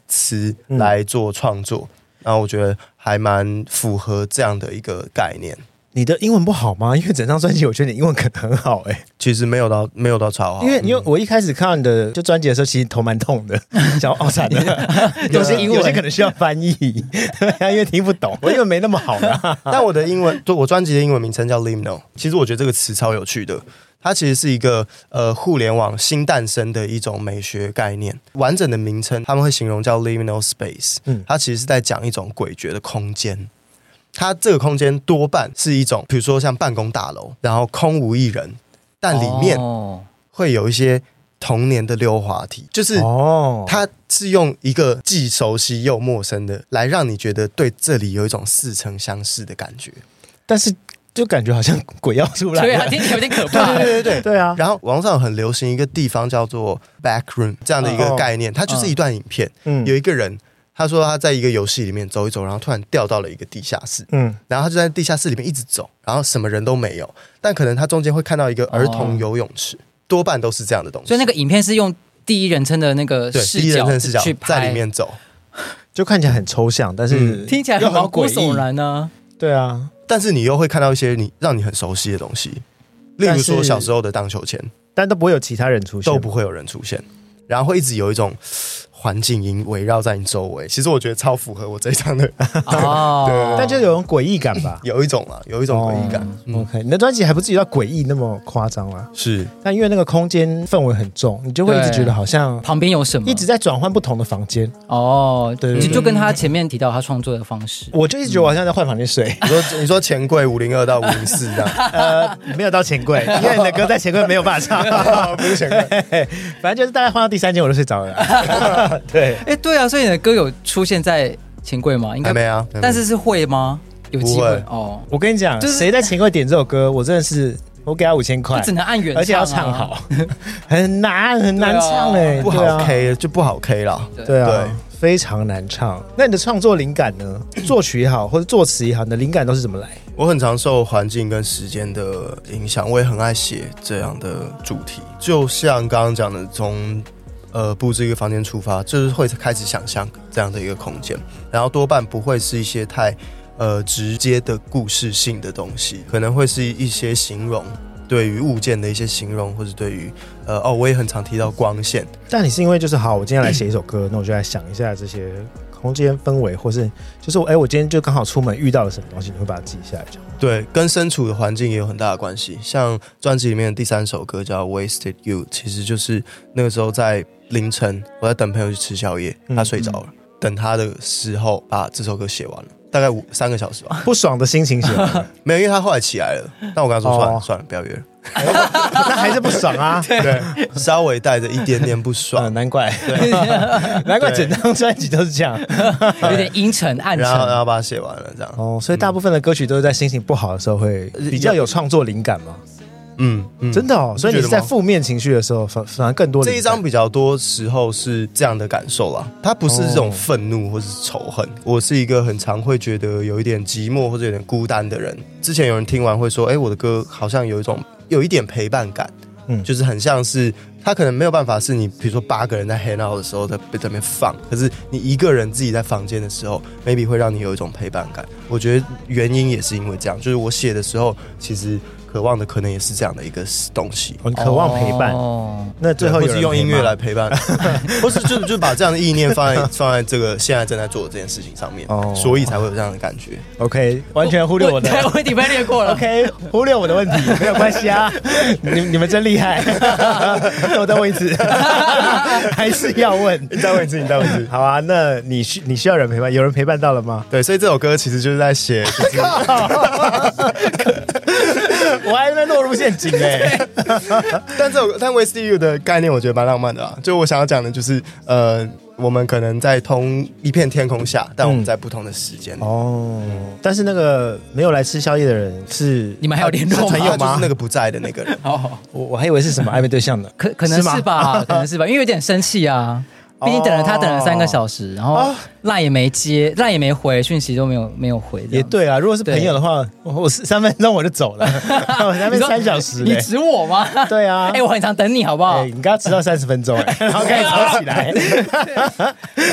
Speaker 3: 词
Speaker 1: 嗯
Speaker 3: 来做创作，然后我觉得还蛮符合这样的一个概念。
Speaker 1: 你的英文不好吗？因为整张专辑，我觉得你英文可能很好哎、
Speaker 3: 其实没有到没有到超 好，
Speaker 1: 因为因为我一开始看到你的就专辑的时候，其实头蛮 痛的，想要哦惨了，有些
Speaker 2: 英文
Speaker 1: 有些可能需要翻译， 对啊因为听不懂，我英文没那么好 啦。
Speaker 3: 但我的英文，对我专辑的英文名称叫 Limno。其实我觉得这个词超有趣的，它其实是一个呃互联网新诞生的一种美学概念。完整的名称他们会形容叫 Liminal Space，
Speaker 1: 嗯
Speaker 3: 它其实是在讲一种诡谲的空间。它这个空间多半是一种，比如说像办公大楼，然后空无一人，但里面
Speaker 2: 哦
Speaker 3: 会有一些童年的溜滑梯，就是
Speaker 1: 哦
Speaker 3: 它是用一个既熟悉又陌生的，来让你觉得对这里有一种似曾相识的感觉。
Speaker 1: 但是就感觉好像鬼要出来
Speaker 2: 对啊，
Speaker 1: 了。
Speaker 2: 听起来有点可
Speaker 3: 对
Speaker 2: 怕。
Speaker 3: 对对对对。
Speaker 1: 对啊，
Speaker 3: 然后网络上有很流行一个地方叫做 back room 这样的一个概念，它就是一段影片，
Speaker 1: 哦嗯
Speaker 3: 有一个人他说他在一个游戏里面走一走，然后突然掉到了一个地下室，
Speaker 1: 嗯
Speaker 3: 然后他就在地下室里面一直走，然后什么人都没有，但可能他中间会看到一个儿
Speaker 1: 哦
Speaker 3: 童游泳池，多半都是这样的东西。
Speaker 2: 所以那个影片是用第一人称的那个
Speaker 3: 对
Speaker 2: 视
Speaker 3: 第一人
Speaker 2: 角
Speaker 3: 称视角
Speaker 2: 去拍，
Speaker 3: 在里面走，
Speaker 1: 就看起来很抽象，但是
Speaker 3: 嗯
Speaker 2: 听起来
Speaker 1: 又
Speaker 2: 很
Speaker 1: 很
Speaker 2: 毛骨
Speaker 1: 诡异
Speaker 2: 悚然 呢、
Speaker 1: 对啊，
Speaker 3: 但是你又会看到一些你让你很熟悉的东西，例如
Speaker 1: 但
Speaker 3: 说
Speaker 1: 是
Speaker 3: 小时候的荡秋千
Speaker 1: 但都不会有其他人出现，
Speaker 3: 都不会有人出现，然后会一直有一种环境音围绕在你周围。其实我觉得超符合我这一张 的，。
Speaker 2: 哦，
Speaker 1: 但就有种诡异感吧
Speaker 3: 有一种啊，有一种诡异感。嗯，
Speaker 1: OK，你的专辑还不至于到诡异那么夸张啦，
Speaker 3: 是。
Speaker 1: 但因为那个空间氛围很重，你就会一直觉得好像
Speaker 2: 旁边有什么？
Speaker 1: 一直在转换不同的房间，
Speaker 2: 哦，
Speaker 1: 对对
Speaker 2: 你
Speaker 1: 对
Speaker 2: 就跟他前面提到他创作的方式，
Speaker 1: 我就一直觉得我好像在换房间睡
Speaker 3: 你说你说钱柜五零二到五零四这 样，
Speaker 1: 呃， 没有到钱柜，因为你的歌在钱柜没有办法唱，不是钱柜， 反正就是大概换到第三间我就睡着了啦。对，
Speaker 2: 哎，对啊，所以你的歌有出现在钱柜吗？应该
Speaker 3: 还没啊？还没
Speaker 2: 但是是会吗？有机会
Speaker 3: 不会
Speaker 2: 哦，
Speaker 1: 我跟你讲，
Speaker 2: 就是
Speaker 1: 谁在钱柜点这首歌，我真的是我给他五千块
Speaker 2: 就只，能按原唱、啊，
Speaker 1: 而且要唱。好， 很难很难
Speaker 2: 对啊
Speaker 1: 唱哎，
Speaker 3: 不
Speaker 1: 对啊
Speaker 3: 好 K 就不好 K 了。
Speaker 1: 对啊，
Speaker 3: 对
Speaker 1: 非常难唱。那你的创作灵感 呢？作曲也好，或者作词也好，你的灵感都是怎么来？
Speaker 3: 我很常受环境跟时间的影响，我也很爱写这样的主题。就像刚刚讲的，从呃布置一个房间出发，就是会开始想象这样的一个空间，然后多半不会是一些太呃直接的故事性的东西，可能会是一些形容。对于物件的一些形容，或者对于呃哦，我也很常提到光线，
Speaker 1: 但你是因为就是好，我今天来写一首歌，那我就来想一下这些空间氛围，或是就是我哎、我今天就刚好出门遇到了什么东西，你会把它记下来这样。
Speaker 3: 对，跟身处的环境也有很大的关系。像专辑里面的第三首歌叫《Wasted You》，其实就是那个时候在凌晨，我在等朋友去吃宵夜，
Speaker 1: 嗯
Speaker 3: 他睡着了，等他的时候把这首歌写完了，大概五三个小时吧。
Speaker 1: 不爽的心情写完了，
Speaker 3: 没有，因为他后来起来 了，但我跟他说
Speaker 1: 哦
Speaker 3: 算了、算了，不要约了。
Speaker 1: 那还是不爽 啊。
Speaker 3: 对， 稍微带着一点点不
Speaker 1: 呃
Speaker 3: 爽，
Speaker 1: 难怪，难怪整张专辑都是这样。
Speaker 2: 有点阴沉暗沉。
Speaker 3: 然后然呃后把它写完了，这样。
Speaker 1: 哦，所以大部分的歌曲都是在心情不好的时候会比较有创作灵感嘛。
Speaker 3: 嗯嗯，
Speaker 1: 真的哦，所以你是
Speaker 3: 你觉
Speaker 1: 在
Speaker 3: 得吗
Speaker 1: 负面情绪的时候反反而更多灵
Speaker 3: 这
Speaker 1: 感。
Speaker 3: 一张比较多时候是这样的感受啦，它不是这
Speaker 1: 哦
Speaker 3: 种愤怒或是仇恨。我是一个很常会觉得有一点寂寞或者有点孤单的人。之前有人听完会说：“哎、我的歌好像有一种有一点陪伴感，
Speaker 1: 嗯
Speaker 3: 嗯，就是很像是他可能没有办法是你，比如说八个人在 hang out 的时候在在那边放，可是你一个人自己在房间的时候，maybe 会让你有一种陪伴感。我觉得原因也是因为这样，就是我写的时候其实渴望的可能也是这样的一个东西。
Speaker 1: 很渴望陪伴。
Speaker 2: 哦，
Speaker 1: 那最后
Speaker 3: 或
Speaker 1: 有
Speaker 3: 是
Speaker 1: 人
Speaker 3: 用
Speaker 1: 陪
Speaker 3: 音乐
Speaker 1: 吗
Speaker 3: 来陪 伴，或是就就把这样的意念放在放在这个现在正在做的这件事情上面
Speaker 1: 哦，
Speaker 3: 所以才会有这样的感觉。
Speaker 1: OK，完全忽略 我的。
Speaker 2: 对，我已经被略过了。
Speaker 1: OK，忽略我的问题没有关系啊，你你们真厉害。 那我再问一次，还是要问。
Speaker 3: 再问一次，你再问一次。
Speaker 1: 好啊，那你需你需要人陪伴，有人陪伴到了吗？
Speaker 3: 对，所以这首歌其实就是在 写，就是
Speaker 1: 我还没落入陷阱哎、
Speaker 3: 但这首但 w e s t You 的概念我觉得蛮浪漫的啊。就我想要讲的就是，呃，我们可能在同一片天空下，但我们在不同的时间。
Speaker 1: 哦，但是那个没有来吃宵夜的人是
Speaker 2: 你们还有联络
Speaker 3: 是
Speaker 2: 吗？
Speaker 3: 朋友吗？就是那个不在的那个人。
Speaker 2: 哦，
Speaker 1: 我我还以为是什么暧昧对象呢。
Speaker 2: 可可能
Speaker 1: 是吗
Speaker 2: 是吧，可能是吧，因为有点生气啊。毕竟等了他等了三个小时，然后赖也没接，赖也没回，讯息都没有没有回。这样
Speaker 1: 也，对啊，如果是朋友的话，我我是三分钟我就走了，我在那边
Speaker 2: 你说
Speaker 1: 三小时、
Speaker 2: 你
Speaker 1: 嘞。
Speaker 2: 指我吗？
Speaker 1: 对啊，
Speaker 2: 哎，我很常等你，好不
Speaker 3: 哦
Speaker 2: 好
Speaker 1: 哎，？你刚刚迟到三十分钟哎、 然后开始吵起来。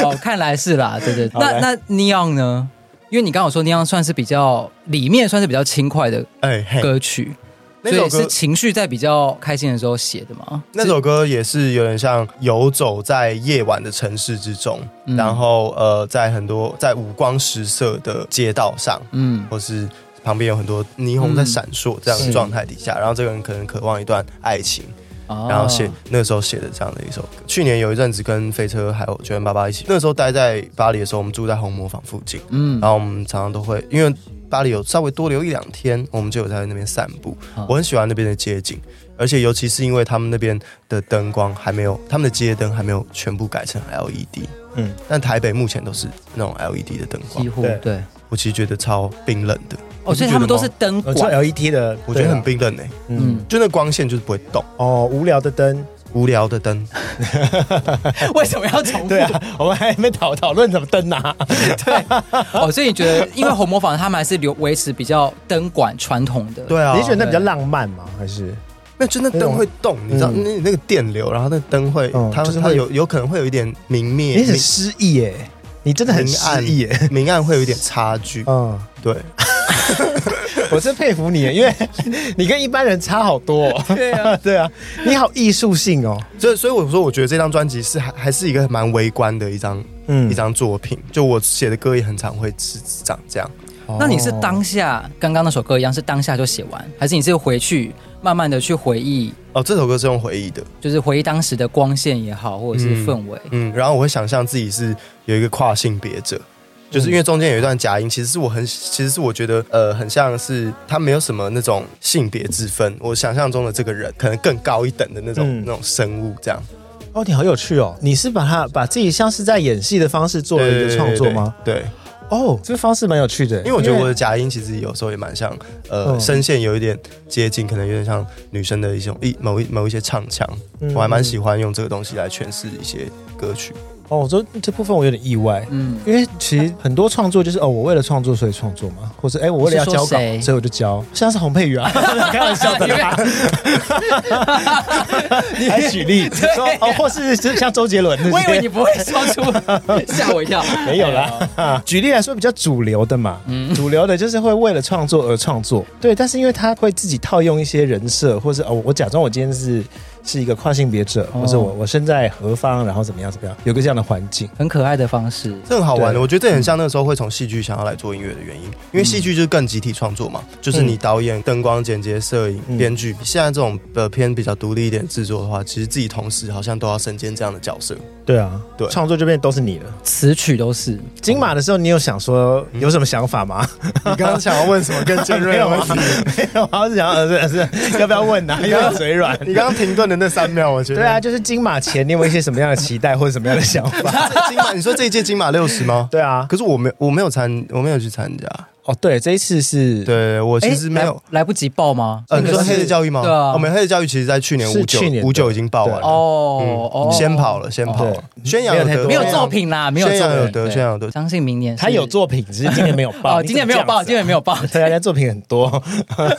Speaker 2: 哦，看来是啦，对对。
Speaker 1: 好
Speaker 2: 那
Speaker 1: 来
Speaker 2: 那 Neon 呢？因为你刚刚有说 Neon 算是比较里面算是比较轻快的
Speaker 3: 哎、嘿
Speaker 2: 歌曲，
Speaker 3: 哎那
Speaker 2: 所
Speaker 3: 首
Speaker 2: 以
Speaker 3: 歌
Speaker 2: 是情绪在比较开心的时候写的嘛？
Speaker 3: 那首歌也是有点像游走在夜晚的城市之中，
Speaker 2: 嗯
Speaker 3: 然后呃，在很多在五光十色的街道上，
Speaker 2: 嗯，
Speaker 3: 或是旁边有很多霓虹在闪烁这样的
Speaker 2: 是
Speaker 3: 状态底下，然后这个人可能渴望一段爱情，然
Speaker 2: 然
Speaker 3: 后写、那时候写的这样的一首歌。去年有一阵子跟飞车还有九零八八一起，那时候待在巴黎的时候，我们住在红磨坊附近，
Speaker 2: 嗯
Speaker 3: 然后我们常常都会因为巴黎有稍微多留一两天，我们就有在那边散步。
Speaker 2: 嗯
Speaker 3: 我很喜欢那边的街景，而且尤其是因为他们那边的灯光还没有，他们的街灯还没有全部改成 LED。
Speaker 1: 嗯
Speaker 3: 嗯，但台北目前都是那种 LED 的灯光
Speaker 2: 几，乎
Speaker 1: 对
Speaker 2: 对
Speaker 3: 我其实觉得超冰冷的。
Speaker 2: 哦，所以
Speaker 3: 你不觉得
Speaker 2: 他们都
Speaker 3: 吗哦呃
Speaker 2: 是灯
Speaker 1: 我做
Speaker 2: 管
Speaker 1: LED 的，
Speaker 3: 我觉
Speaker 1: 对
Speaker 3: 得
Speaker 1: 啊
Speaker 3: 很冰冷诶、
Speaker 1: 嗯，
Speaker 2: 嗯
Speaker 3: 就那光线就是不会动，
Speaker 1: 哦，无聊的 灯，
Speaker 3: 无聊的 灯。
Speaker 2: 为什么要重复？
Speaker 1: 对 啊，我们还没讨讨论怎么灯啊，
Speaker 2: 哦，所以你觉得，因为红磨坊他们还是留维持比较灯管传统的，
Speaker 3: 对啊，
Speaker 1: 你是觉得那比较浪漫吗？还是
Speaker 3: 那真的灯会动，你知道
Speaker 1: 嗯
Speaker 3: 那那个电流，然后那灯会
Speaker 1: 嗯，
Speaker 3: 它
Speaker 1: 就是
Speaker 3: 它
Speaker 1: 会
Speaker 3: 有有可能会有一点明灭，
Speaker 1: 你很
Speaker 3: 明
Speaker 1: 诗意耶，你真的很
Speaker 3: 明
Speaker 1: 诗
Speaker 3: 暗
Speaker 1: 意耶，哦
Speaker 3: 明暗会有一点差距。
Speaker 1: 嗯，
Speaker 3: 对，
Speaker 1: 我真佩服你，因为你跟一般人差好多、 哦。对啊， 对啊，你好艺术性哦。
Speaker 3: 所以所以我说，我觉得这张专辑是还还是一个蛮微观的一张、
Speaker 1: 嗯
Speaker 3: 一张作品。就我写的歌也很常会是长这样，
Speaker 1: 嗯
Speaker 2: 那你是当下刚刚那首歌一样是当下就写完，还是你是回去慢慢的去回忆，
Speaker 3: 哦，这首歌是用回忆的，
Speaker 2: 就是回忆当时的光线也好，或者是氛 围？
Speaker 3: 嗯，然后我会想象自己是有一个跨性别者，就是
Speaker 1: 嗯
Speaker 3: 因为中间有一段假音，其实是我很，其实是我觉得呃，很像是他没有什么那种性别之分，我想象中的这个人可能更高一等的那种、
Speaker 1: 嗯
Speaker 3: 那种生物这样。
Speaker 1: 哦，你好有趣哦！你是把它把自己像是在演戏的方式做了一个创作吗？
Speaker 3: 对？对，对
Speaker 1: 哦，这个方式蛮有趣的，
Speaker 3: 因为我觉得我的假音其实有时候也蛮像，呃，
Speaker 1: 嗯
Speaker 3: 声线有一点接近，可能有点像女生的一种一某一某一些唱腔，
Speaker 1: 嗯
Speaker 3: 我还蛮喜欢用这个东西来诠释一些歌曲。
Speaker 1: 哦，这这部分我有点意外。
Speaker 2: 嗯，
Speaker 1: 因为其实很多创作就是哦，我为了创作所以创作嘛，或者哎，我为了要交
Speaker 2: 你是
Speaker 1: 稿
Speaker 2: 说，谁
Speaker 1: 所以我就交，像是洪佩 瑜啊，开玩笑的啦，还哎举 例说哦，或是就像周杰伦那些，
Speaker 2: 我以为你不会说 出，吓我一跳。 哎
Speaker 1: 没有啦。 举例来说，比较主流的嘛，
Speaker 2: 嗯
Speaker 1: 主流的就是会为了创作而创作，对。但是因为他会自己套用一些人设，或是哦，我假装我今天是是一个跨性别者，
Speaker 2: 哦
Speaker 1: 或者我我身在何方，然后怎么样怎么样，有个这样的环境。
Speaker 2: 很可爱的方式，
Speaker 3: 这很好玩的，
Speaker 1: 对
Speaker 3: 我觉得这很像那时候会从戏剧想要来做音乐的原因，因为戏剧就是更集体创作嘛，就是你导演、灯光、剪接、摄影、
Speaker 1: 嗯
Speaker 3: 编剧，现在这种呃偏比较独立一点制作的话，其实自己同时好像都要身兼这样的角色。
Speaker 1: 对啊，
Speaker 3: 对
Speaker 1: 创作这边都是你的。
Speaker 2: 词曲都是。
Speaker 1: 金马的时候，你有想说有什么想法吗？
Speaker 3: 你刚刚想要问什么更尖锐
Speaker 1: 没
Speaker 3: 的
Speaker 1: 有
Speaker 3: 问
Speaker 1: 啊
Speaker 3: 题？，
Speaker 1: 没有啊，我是想要呃是是要不要问 啊？有点嘴软。
Speaker 3: 你刚刚停顿的那三秒，我觉得
Speaker 1: 对啊，，就是金马前，你有没有一些什么样的期待或者什么样的想 法？
Speaker 3: 这金马， 你说这一届金马六十吗？
Speaker 1: 对啊，
Speaker 3: 可是我没我没有参我没有去参加，
Speaker 1: 哦对，这一次是
Speaker 3: 对我其实
Speaker 2: 诶
Speaker 3: 没
Speaker 2: 哎
Speaker 3: 有。
Speaker 2: 来来不及报吗？
Speaker 3: 呃，
Speaker 1: 那
Speaker 3: 你
Speaker 1: 个
Speaker 3: 说黑
Speaker 1: 是
Speaker 3: 的教育吗？
Speaker 2: 对啊
Speaker 3: 我们黑的教育其实在去年
Speaker 1: 是
Speaker 3: 五九
Speaker 1: 去年的
Speaker 3: 五九已经报完
Speaker 1: 对
Speaker 3: 了，
Speaker 2: 哦哦，
Speaker 3: 嗯先跑了，先跑了
Speaker 1: 对，
Speaker 3: 宣扬
Speaker 1: 没有
Speaker 3: 有
Speaker 1: 太
Speaker 3: 得
Speaker 1: 多
Speaker 2: 没有
Speaker 3: 宣扬
Speaker 2: 作品啦，没有
Speaker 3: 宣扬
Speaker 2: 作
Speaker 3: 有
Speaker 2: 品，
Speaker 3: 得，
Speaker 2: 对
Speaker 3: 宣扬有得。
Speaker 2: 相信明年是
Speaker 1: 他有作品，只是今年没有报。
Speaker 2: 哦，今年没有报，今年没有报，
Speaker 1: 对啊，人家作品很 多，啊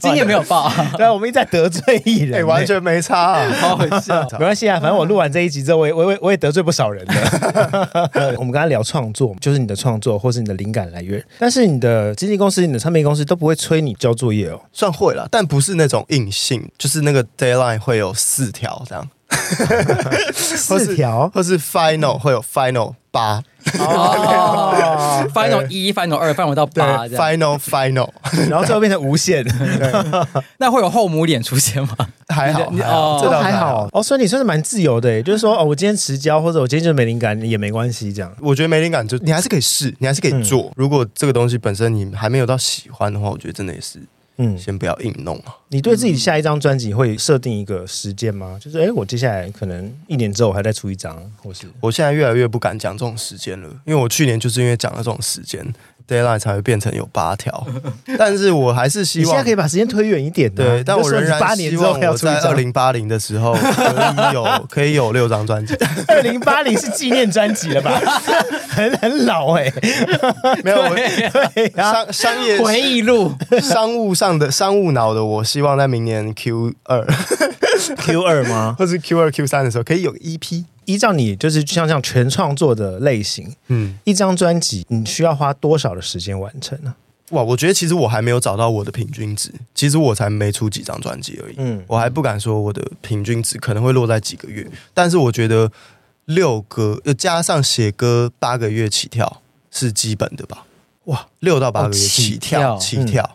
Speaker 2: 今年没有报，
Speaker 1: 对啊，我们一直在得罪艺人、
Speaker 3: 哎、完全没差、啊，
Speaker 2: 好好笑。
Speaker 1: 没关系啊，反正我录完这一集之后，我也我也我也得罪不少人的。 我们刚才聊创作，就是你的创作或是你的灵感来源，但是你的经纪公司、你的唱片公司都不会催你交作业哦。
Speaker 3: 算会了，但不是那种硬性，就是那个 deadline 会有四条这样，或是
Speaker 1: 四条
Speaker 3: 或是 final 会有 final 八，
Speaker 2: 哦，final 一，final 二，final 到八这样，
Speaker 3: final final
Speaker 1: 然后最后变成无 限，
Speaker 2: 那会有后母脸出现 吗？
Speaker 3: 还好，
Speaker 2: 你
Speaker 3: 还好
Speaker 2: 哦
Speaker 3: 这
Speaker 1: 都
Speaker 3: 倒
Speaker 1: 还好。哦，所以你算是蛮自由的耶，就是说哦，我今天迟交或者我今天就没灵感也没关系，这样。
Speaker 3: 我觉得没灵感就你还是可以试，你还是可以做。如果这个东西本身你还没有到喜欢的话，我觉得真的也是
Speaker 1: 嗯，
Speaker 3: 先不要硬弄啊。
Speaker 1: 你对自己下一张专辑会设定一个时间吗？就是哎、诶我接下来可能一年之后我还在出一张，或是
Speaker 3: 我现在越来越不敢讲这种时间了，因为我去年就是因为讲了这种时间 deadline 才会变成有八条，但是我还是希
Speaker 1: 你现在
Speaker 3: 望
Speaker 1: 可以把时间推远一点、啊。
Speaker 3: 对，但我仍
Speaker 1: 八
Speaker 3: 然
Speaker 1: 年
Speaker 3: 希
Speaker 1: 之后
Speaker 3: 望
Speaker 1: 还要
Speaker 3: 我
Speaker 1: 出一
Speaker 3: 在二
Speaker 1: 张。
Speaker 3: 零八零的时候可 以有可以有六张专辑。
Speaker 1: 二零八零是纪念专辑了吧？ 很很老哎、
Speaker 3: 没有，我
Speaker 1: 对啊，
Speaker 3: 商商业
Speaker 2: 回忆录，
Speaker 3: 商务上的商务脑的，我希望在明年 Q 二
Speaker 1: Q 二吗？
Speaker 3: 或是 Q 二 Q 三的时候可以有 EP。
Speaker 1: 依照你就是像像全创作的类型，
Speaker 3: 嗯，
Speaker 1: 一张专辑你需要花多少的时间完成呢、
Speaker 3: 哇，我觉得其实我还没有找到我的平均值，其实我才没出几张专辑而已。
Speaker 1: 嗯，
Speaker 3: 我还不敢说我的平均值可能会落在几个月，但是我觉得六个呃加上写歌八个月起跳是基本的吧？哇，六到八个月
Speaker 2: 哦
Speaker 3: 起
Speaker 2: 起
Speaker 3: 跳，
Speaker 2: 跳
Speaker 3: 起跳。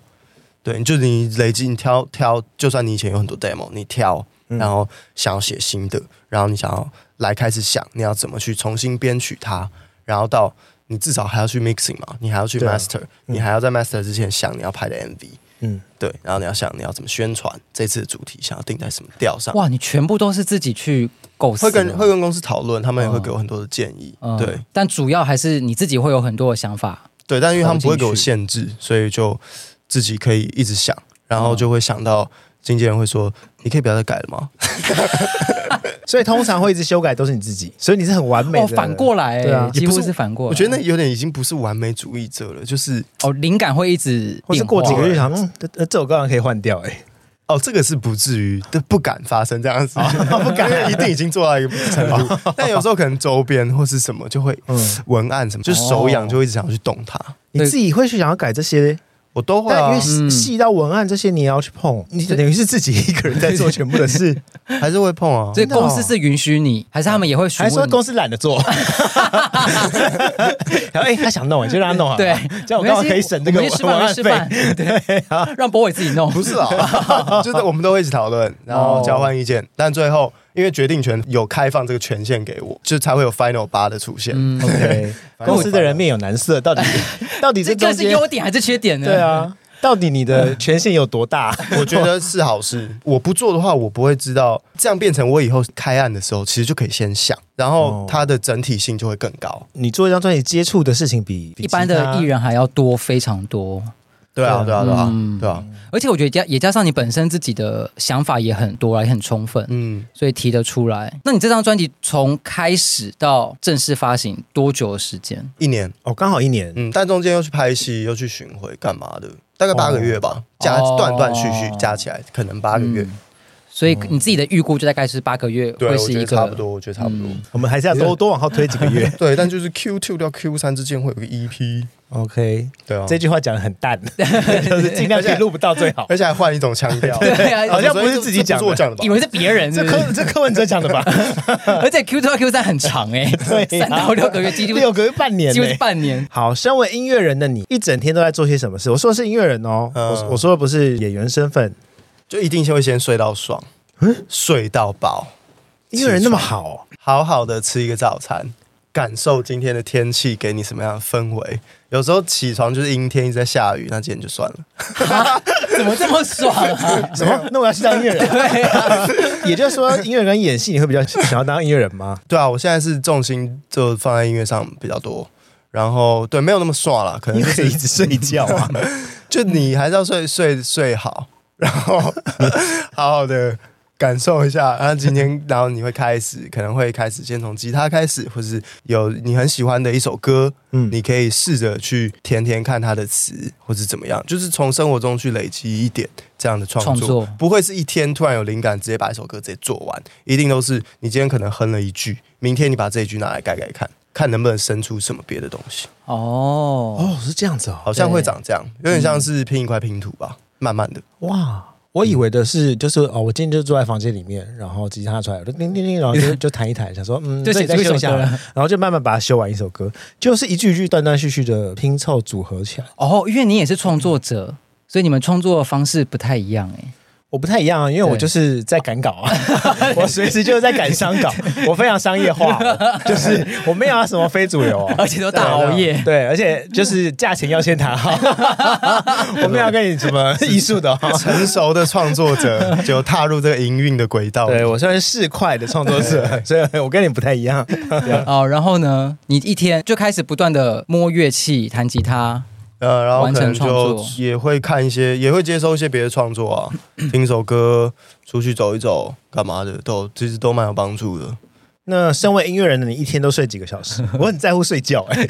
Speaker 3: 对，就是你累积，你挑挑，就算你以前有很多 demo，你挑，
Speaker 1: 嗯
Speaker 3: 然后想要写新的，然后你想要来开始想你要怎么去重新编曲它，然后到你至少还要去 mixing 嘛，你还要去
Speaker 1: 对啊
Speaker 3: master，、你
Speaker 2: 嗯
Speaker 3: 还要在 master 之前想你要拍的 MV，
Speaker 1: 嗯，
Speaker 3: 对，然后你要想你要怎么宣传这次的主题，想要定在什么调上，
Speaker 2: 哇，你全部都是自己去构思
Speaker 3: 会
Speaker 2: 的，
Speaker 3: 跟会跟公司讨论，他们也会
Speaker 2: 嗯
Speaker 3: 给我很多的建议，
Speaker 2: 嗯
Speaker 3: 对，
Speaker 2: 但主要还是你自己会有很多的想法，
Speaker 3: 对，但因为他们不会给我
Speaker 2: 投进去
Speaker 3: 限制，所以就自己可以一直想，然后就会想到经纪人会说，你可以不要再改了吗？
Speaker 1: 所以通常会一直修改都是你自己，所以你是很完美的。
Speaker 2: 哦，反过来
Speaker 1: 对啊，
Speaker 2: 几
Speaker 3: 也
Speaker 2: 乎
Speaker 3: 不是
Speaker 2: 是反过来。
Speaker 3: 我觉得那有点已经不是完美主义者了，就是
Speaker 2: 哦，灵感会一直
Speaker 1: 或是
Speaker 2: 变
Speaker 1: 过
Speaker 2: 化
Speaker 1: 几个月想，嗯，这这首歌好像可以换掉哎、
Speaker 3: 哦，这个是不至于，但不敢发生这样子，不敢，因为一定已经做到一个程度。但有时候可能周边或是什么就会
Speaker 1: 嗯，
Speaker 3: 文案什么，就是手痒就会一直想要去动它。
Speaker 1: 你自己会去想要改这些
Speaker 3: 我都会
Speaker 1: 但因
Speaker 3: 啊
Speaker 1: 为，细
Speaker 2: 嗯
Speaker 1: 细到文案这些，你也要去碰，你等于是自己一个人在做全部的事，
Speaker 3: 还是会碰啊。
Speaker 2: 所以
Speaker 1: 真的哦
Speaker 2: 公司是允许你，还是他们也会询
Speaker 1: 还说
Speaker 2: 问你？
Speaker 1: 公司懒得 做，然后哎，他想弄，就让他弄好了，
Speaker 2: 对，
Speaker 1: 这样我
Speaker 2: 没
Speaker 1: 刚
Speaker 2: 关
Speaker 1: 好
Speaker 2: 系
Speaker 1: 可以省这个
Speaker 2: 我们去吃饭，
Speaker 1: 文
Speaker 2: 我们
Speaker 1: 案
Speaker 2: 去吃
Speaker 1: 费。
Speaker 2: 饭， 对，啊让博伟自己 弄。
Speaker 3: 不是啊， 就是我们都会一起讨论，然后交换意
Speaker 2: 哦
Speaker 3: 见，但最后因为决定权有开放这个权限给我，就才会有 final 八的出现。
Speaker 2: 嗯，
Speaker 1: OK，公司的人面有难色，到底 到底
Speaker 2: 这
Speaker 1: 这中
Speaker 2: 个是
Speaker 1: 间
Speaker 2: 优点还是缺点呢？
Speaker 1: 对，啊，到底你的权限有多大？
Speaker 3: 我觉得是 好事。我不做的话，我不会知道。这样变成我以后开案的时候，其实就可以先想，然
Speaker 2: 哦
Speaker 3: 后它的整体性就会更高。
Speaker 1: 你做一张专辑接触的事情比比
Speaker 2: 一般
Speaker 1: 其他
Speaker 2: 的艺人还要多非常多，
Speaker 3: 对啊，对啊，对啊
Speaker 2: 嗯，
Speaker 3: 对啊，
Speaker 2: 而且我觉得加也加上你本身自己的想法也很多啦，也很充分，
Speaker 3: 嗯，
Speaker 2: 所以提得出来。那你这张专辑从开始到正式发行多久的时间？
Speaker 3: 一年，
Speaker 1: 哦，刚好一年，
Speaker 3: 嗯，但中间又去拍戏，又去巡回，干嘛的？大概八个月吧，加
Speaker 2: 哦
Speaker 3: 断断续续加起来，可能八个月。
Speaker 2: 嗯所以你自己的预估就大概是八个月
Speaker 3: 对，
Speaker 2: 会
Speaker 3: 我
Speaker 2: 是
Speaker 3: 觉
Speaker 2: 一
Speaker 3: 得
Speaker 2: 个
Speaker 3: 差不多，我觉得差不多。。
Speaker 2: 嗯
Speaker 1: 我们还是要多多往后推几个月
Speaker 3: 对，但就是 Q two 到 Q 三之间会有个 EP，
Speaker 1: OK，
Speaker 3: 对啊，
Speaker 1: 这句话讲的很 淡，就是尽量可以录不到最好。
Speaker 3: 而且还换一种腔 调，
Speaker 2: 对啊，
Speaker 1: 好像不是
Speaker 3: 所以这
Speaker 1: 自己讲的
Speaker 3: 这不是我讲的吧
Speaker 2: 以？为是别人
Speaker 1: 这
Speaker 2: 是不是
Speaker 1: 柯这柯文哲讲的 吧？
Speaker 2: 而且 Q 2 Q 3很长哎、
Speaker 1: 对啊
Speaker 2: 三到六个月，几乎
Speaker 1: 六个月半年欸
Speaker 2: 几乎是
Speaker 1: 呢。
Speaker 2: 半年。
Speaker 1: 好，身为音乐人的你，一整天都在做些什么事？我说的是音乐人哦，
Speaker 3: 嗯
Speaker 1: 我我说的不是演员身份。
Speaker 3: 就一定先会先睡到爽，
Speaker 1: 嗯
Speaker 3: 睡到饱，
Speaker 1: 音乐人那么好哦，
Speaker 3: 好好的吃一个早餐，感受今天的天气给你什么样的氛围。有时候起床就是阴天，一直在下雨，那今天就算了。
Speaker 2: 怎么这么爽啊？
Speaker 1: 什么？那我要去当音乐人？
Speaker 2: 对啊，
Speaker 1: 也就是说，音乐人跟演戏，你会比较想要当音乐人吗？
Speaker 3: 对啊，我现在是重心就放在音乐上比较多，然后对没有那么爽了，可 能
Speaker 1: 你
Speaker 3: 就
Speaker 1: 可以一
Speaker 3: 是
Speaker 1: 直睡觉啊。
Speaker 3: 就你还是要睡睡睡好， 然后好好的。感受一下，然后今天，然后你会开始， 可能会开始先从吉他开始，或是有你很喜欢的一首歌，
Speaker 1: 嗯，
Speaker 3: 你可以试着去填填看他的词，或是怎么样，就是从生活中去累积一点这样的创
Speaker 2: 创作
Speaker 3: 不会是一天突然有灵感，直接把一首歌直接做完，一定都是你今天可能哼了一句，明天你把这一句拿来改改看，看能不能生出什么别的东西，
Speaker 2: 哦，
Speaker 1: 哦，是这样子哦。
Speaker 3: 好像
Speaker 2: 对嗯
Speaker 3: 会长这样，有点像是拼一块拼图吧，慢慢的，
Speaker 1: 哇，我以为的是就是哦，我今天就坐在房间里面，然后吉他出来，我就叮叮叮，然后 就就弹一弹，想说嗯，
Speaker 2: 就
Speaker 1: 这
Speaker 2: 写
Speaker 1: 里再
Speaker 2: 出一
Speaker 1: 修
Speaker 2: 首
Speaker 1: 一下
Speaker 2: 歌
Speaker 1: 吧，
Speaker 2: 了。
Speaker 1: 然后就慢慢把它修完一首歌，就是一句一句断断续续的拼凑组合起来。
Speaker 2: 哦，因为你也是创作者，所以你们创作的方式不太一样哎、
Speaker 1: 我不太一样啊，因为我就是在赶稿 啊，我随时就是在赶商稿，我非常商业 化哦，就是我没有要什么非主流哦。
Speaker 2: 而且都大熬夜。
Speaker 1: 对，而且就是价钱要先 谈好，我没有要跟你什么艺术的、哦。
Speaker 3: 成熟的创作者就踏入这个营运的轨道，
Speaker 1: 对我虽然是市侩的创作者，所以我跟你不太一样。
Speaker 2: 哦，然后呢，你一天就开始不断的摸乐器、弹吉他，
Speaker 3: 呃，然后
Speaker 2: 完
Speaker 3: 可
Speaker 2: 成
Speaker 3: 能
Speaker 2: 创
Speaker 3: 就
Speaker 2: 作
Speaker 3: 也会看一些，也会接收一些别的创作啊，
Speaker 2: 嗯
Speaker 3: 听首歌，出去走一走，干嘛的，都其实都蛮有帮助的。
Speaker 1: 那身为音乐人的你，一天都睡几个小 时？我很在乎睡觉、哎，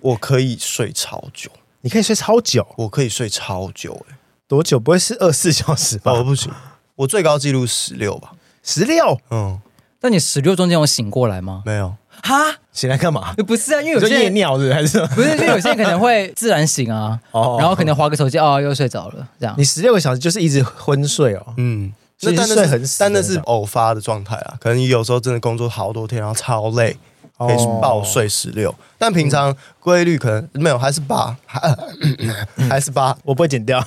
Speaker 3: 我可以睡超久，
Speaker 1: 你可以睡超久，
Speaker 3: 我可以睡超久、欸，
Speaker 1: 多久？不会是二十四小时吧
Speaker 3: 哦，？不行，我最高纪录十六吧，
Speaker 1: 十六，
Speaker 3: 嗯，
Speaker 2: 但你十六中间有醒过来吗？
Speaker 3: 没有，
Speaker 2: 哈，
Speaker 1: 醒来干嘛？
Speaker 2: 不是啊，
Speaker 1: 你
Speaker 2: 因为有
Speaker 1: 说
Speaker 2: 些
Speaker 1: 夜
Speaker 2: 人
Speaker 1: 尿是不是还是什哦么？
Speaker 2: 不是，就有些人可能会自然醒啊，
Speaker 1: 哦
Speaker 2: 然后可能划个手机，哦，又睡着了，这样。
Speaker 1: 你十六个小时就是一直昏睡哦。
Speaker 3: 嗯。
Speaker 1: 所以
Speaker 3: 但
Speaker 1: 是
Speaker 3: 那
Speaker 1: 睡很
Speaker 3: 是
Speaker 1: 死的
Speaker 3: 但那
Speaker 1: 那
Speaker 3: 是
Speaker 1: 种
Speaker 3: 偶发的状态啊，可能你有时候真的工作好多天，然后超累，
Speaker 1: 哦
Speaker 3: 可以暴睡十六、但平常规律可能没有，还是八， 还还是八，
Speaker 1: 我不会 剪掉，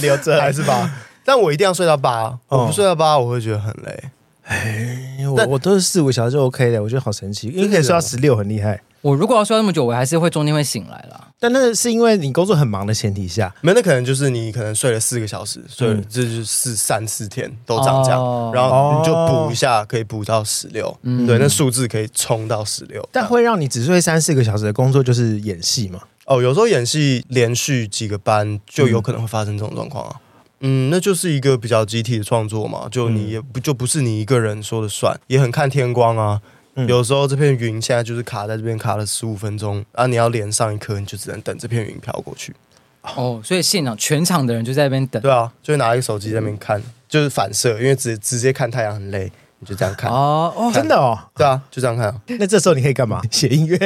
Speaker 1: 留着
Speaker 3: 还是八。但我一定要睡到八，
Speaker 1: 哦
Speaker 3: 我不睡到八我会觉得很累。
Speaker 1: 因哎为我我都是四五小时就 OK 的，我觉得好神奇，因为可以睡
Speaker 3: 哦
Speaker 1: 到十六，很厉害。
Speaker 2: 我如果要睡到那么久，我还是会中间会醒来啦。
Speaker 1: 但那是因为你工作很忙的前提下，
Speaker 3: 没，那可能就是你可能睡了四个小时，睡了
Speaker 1: 嗯
Speaker 3: 这就是四三四天都长这样，
Speaker 2: 哦
Speaker 3: 然后你就补一下，可以补到十六、
Speaker 2: 嗯
Speaker 3: 对，那数字可以冲到十六。
Speaker 1: 但会让你只睡三四个小时的工作就是演戏嘛？
Speaker 3: 哦，有时候演戏连续几个班就有可能会发生这种状况啊。嗯，那就是一个比较集体的创作嘛，就你也不就不是你一个人说了算，也很看天光啊。
Speaker 1: 嗯
Speaker 3: 有时候这片云现在就是卡在这边，卡了十五分钟啊！你要连上一颗，你就只能等这片云飘过去。
Speaker 2: 哦，所以现场全场的人就在那边等。
Speaker 3: 对啊，就会拿一个手机在那边看，就是反射，因为直直接看太阳很累，你就这样看，
Speaker 2: 哦哦，
Speaker 1: 真的 哦。
Speaker 3: 对啊，就这样看啊，
Speaker 1: 那这时候你可以干嘛？写音 乐，